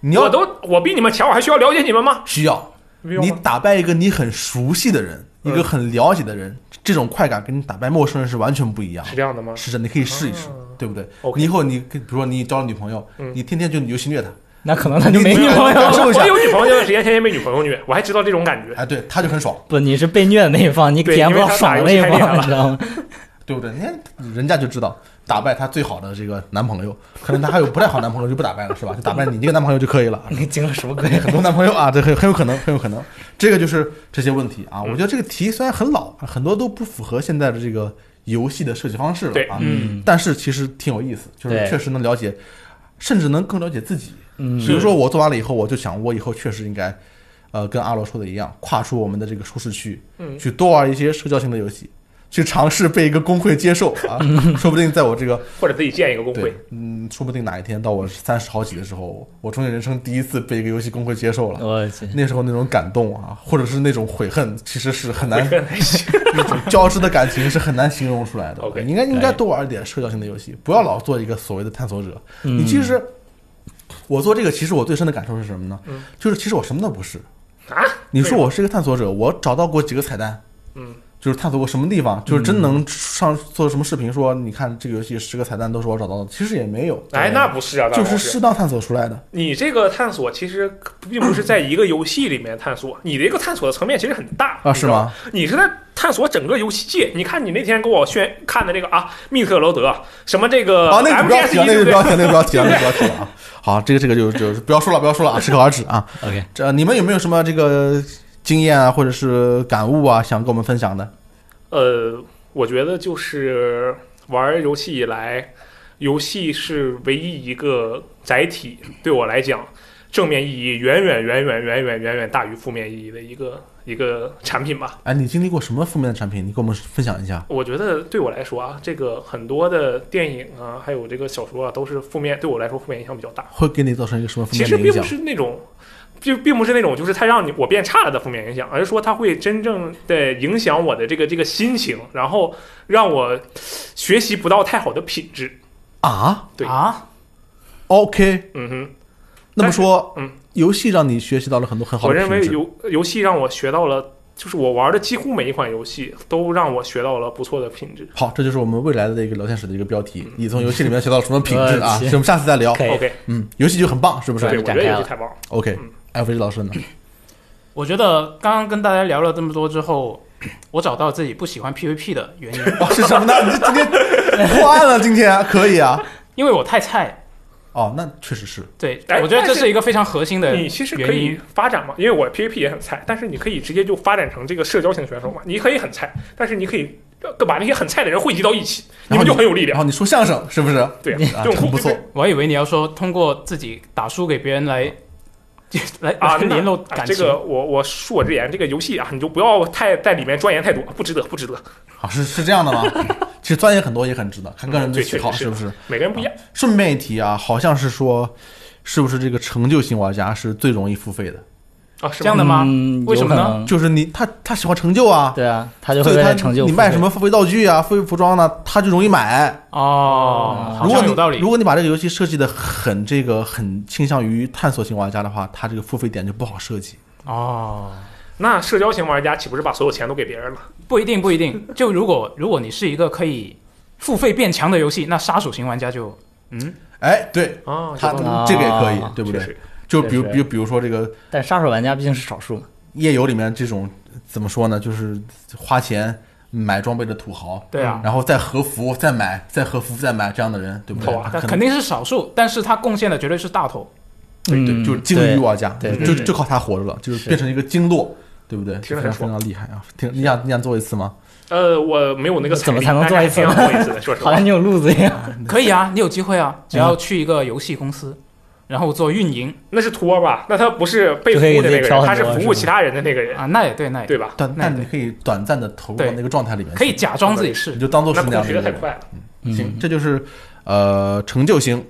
你我要都我比你们强，我还需要了解你们吗？需要没有你吗打败一个你很熟悉的人，一嗯个很了解的人，这种快感跟你打败陌生人是完全不一样是。这样的吗？是的，你可以试一试啊，对不对？ OK 你以后你跟比如说你交了女朋友，嗯你天天就游戏虐她，那可能他就没你女朋友感了。受一下我有女朋友那段时间，天天被女朋友虐，我还知道这种感觉。哎，对，她就很爽，嗯不，你是被虐的那一方，你体验不到爽的那一对因为他打方，游你知道吗？对不对？你看人家就知道打败她最好的这个男朋友，可能她还有不太好男朋友就不打败了，是吧？就打败你这个男朋友就可以了。你经历什么鬼？ 很多男朋友啊，这很很有可能，很有可能，这个就是这些问题啊。嗯我觉得这个题虽然很老，很多都不符合现在的这个游戏的设计方式了对啊，嗯但是其实挺有意思，就是对确实能了解，甚至能更了解自己。嗯比如说我做完了以后，我就想，我以后确实应该，呃，跟阿罗说的一样，跨出我们的这个舒适区，嗯去多玩一些社交性的游戏，去尝试被一个工会接受啊， 说不定在我这个或者自己建一个工对会，，嗯，说不定哪一天到我三十好几的时候，我终于人生第一次被一个游戏工会接受了。 我去，那时候那种感动 啊，或者是那种悔恨，其实是很难我觉得还 行 那种交织的感情是很难形容出来的。 OK，哎你应该应该多玩一点社交性的游戏，不要老做一个所谓的探索者。嗯你其实，我做这个，其实我最深的感受是什么呢？嗯就是其实我什么都不是。啊。你说我是一个探索者，我找到过几个彩蛋，嗯，就是探索过什么地方，就是真能上做什么视频说，你看这个游戏十个彩蛋都是我找到的，其实也没有。哎，那不是啊，就大老是师适当探索出来的。你这个探索其实并不是在一个游戏里面探索， 你的一个探索的层面其实很大啊，是？吗？你知道吗你是在探索整个游戏界。你看你那天给我宣看的这个啊，密特罗德什么这个啊，那个不要 MBS 提了，那个不对不要对？提了，那个不要提了，那个不要提了啊！好，这个这个就就不要说了，不要说了啊，适可而止啊。 OK，这你们有没有什么这个经验啊，或者是感悟啊，想跟我们分享的？呃，我觉得就是玩游戏以来，游戏是唯一一个载体，对我来讲，正面意义远远远远远远远远大于负面意义的一个一个产品吧。哎，你经历过什么负面的产品？你给我们分享一下。我觉得对我来说啊，这个很多的电影啊，还有这个小说啊，都是负面，对我来说负面影响比较大。会给你造成一个什么负其面实的并影不响？是那种，就并不是那种就是它让你我变差了的负面影响，而是说它会真正的影响我的这个这个心情，然后让我学习不到太好的品质。啊对啊， ，OK，嗯哼，那么说，嗯，游戏让你学习到了很多很好我的认为品质。游游戏让我学到了，就是我玩的几乎每一款游戏都让我学到了不错的品质。好，这就是我们未来的一个聊天室的一个标题。你从游戏里面学到了什么品质啊？嗯是我们下次再聊。可以 OK，嗯，游戏就很棒，是不对，是我觉展得开游戏了太棒了。 ？OK，哎，飞志老师呢？我觉得刚刚跟大家聊了这么多之后，我找到自己不喜欢 PVP 的 原因，哦，是什么呢？你这今天破案了，今天可以啊？因为我太菜。哦，那确实是。对，哎我觉得这但是是一个非常核心的你其实可原以因。发展嘛，因为我 PVP 也很菜，但是你可以直接就发展成这个社交型选手嘛。你可以很菜，但是你可以呃把那些很菜的人汇集到一起，你然后们你就很有力然量。后你说相声是不是？对啊，啊，这种很不错。我以为你要说通过自己打输给别人来 来 啊，那联络啊感这情。个我我恕我直言，这个游戏啊，你就不要太在里面钻研太多，不值得，不值得。啊，是是这样的吗？其实钻研很多也很值得，看个人嗯的对喜确实好是是不是？每个人不一样。顺便一提啊，好像是说，是不是这个成就型玩家是最容易付费的？啊，是这样吗的吗嗯为什么呢有可能就是你他他喜欢成就啊，对啊，他就所会以为他了成就你付卖费什么？付费道具啊、付费服装呢、他就容易买。哦，啊好如果像你有道理如。果你把这个游戏设计的很这个很倾向于探索型玩家的话，他这个付费点就不好设计。哦，那社交型玩家岂不是把所有钱都给别人了？不一定，不一定。就如果如果你是一个可以付费变强的游戏，那杀手型玩家就嗯，哎，对啊，他有道理啊这个也可以，对不哦确对？实，就比如确实比如比如说这个但杀手玩家毕竟是少数嘛，夜游里面这种怎么说呢，就是花钱买装备的土豪，对啊，然后再合服，再买，再合服，再买这样的人，对不对？好啊他那可肯能定是少数，但是他贡献的绝对是大头。对对，嗯就是精于玩家，对对就对就靠他活着了，就是是变成一个经络，对不对？听非常着很非爽常厉害啊！听你想你想做一次吗？呃，我没有那个怎么财力才能但是做一还挺次呢想做一次的，说实 好话像。你有路子一 样。嗯可以啊，你有机会啊，只要去一个游戏公司，然后做运营那是托吧？那他不是被服就可以务的给自己那个挑人，很他是多服是哎务吧其他人的那个人，啊，那也对，那也对吧？但那但你对可以短暂的投入到对那个状态里面去，可以假装自己你是就当做是那不那样的过学一个的太人。快了。行，嗯，这就是呃成就型、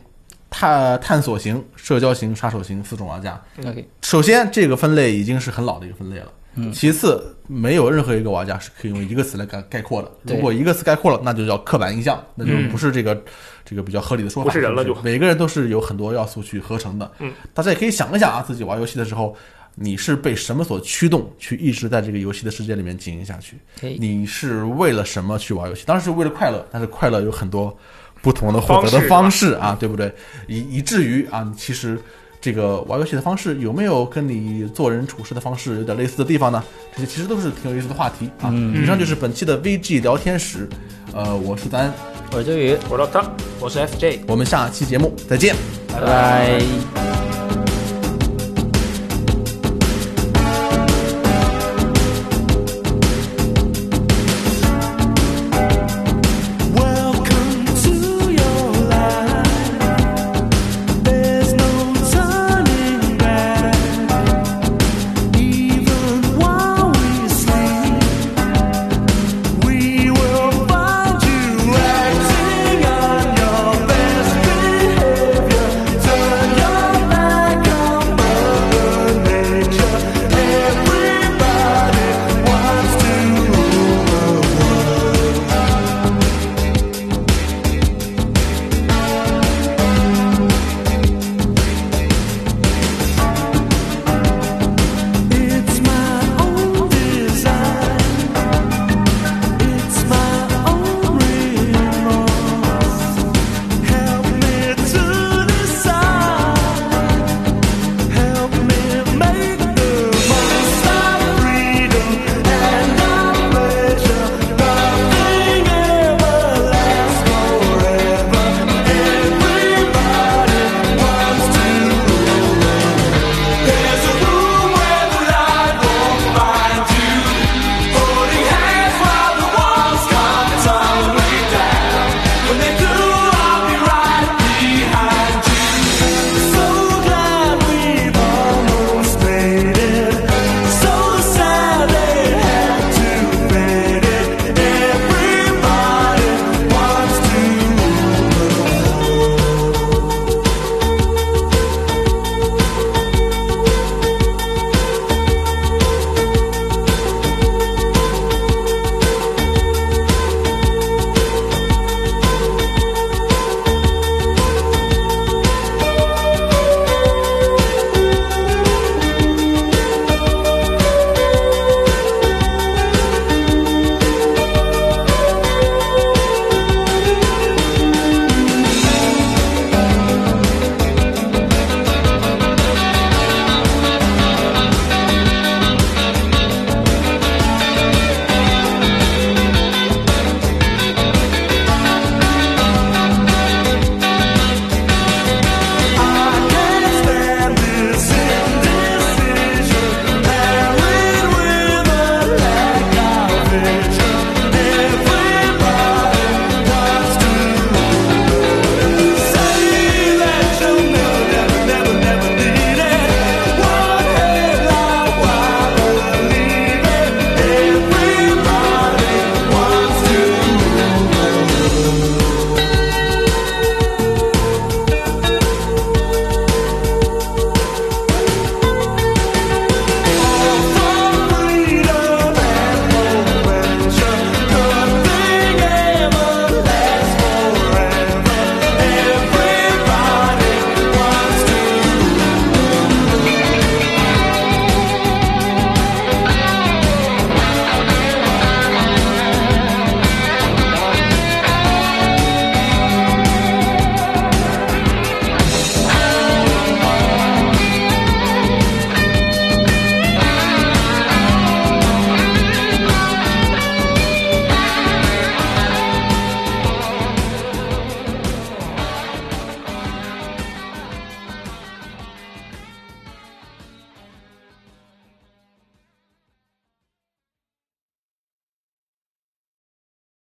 探探索型、社交型、杀手型四种玩家。 OK，首先，这个分类已经是很老的一个分类了。嗯其次，没有任何一个玩家是可以用一个词来概概括的。对如果一个词概括了，那就叫刻板印象，那就嗯不是这个、这个比较合理的说法。不是人了不就每个人都是有很多要素去合成的。嗯，大家也可以想一想啊，自己玩游戏的时候，你是被什么所驱动，去一直在这个游戏的世界里面经营下去？可以。你是为了什么去玩游戏？当然是为了快乐，但是快乐有很多不同的获得方的式方式啊，对不对？以以至于啊，其实这个玩游戏的方式有没有跟你做人处事的方式有点类似的地方呢？这些其实都是挺有意思的话题啊。嗯以上就是本期的 VG 聊天室，呃，我是丹，我是周宇，我说他我是 FJ。我们下期节目再见。拜拜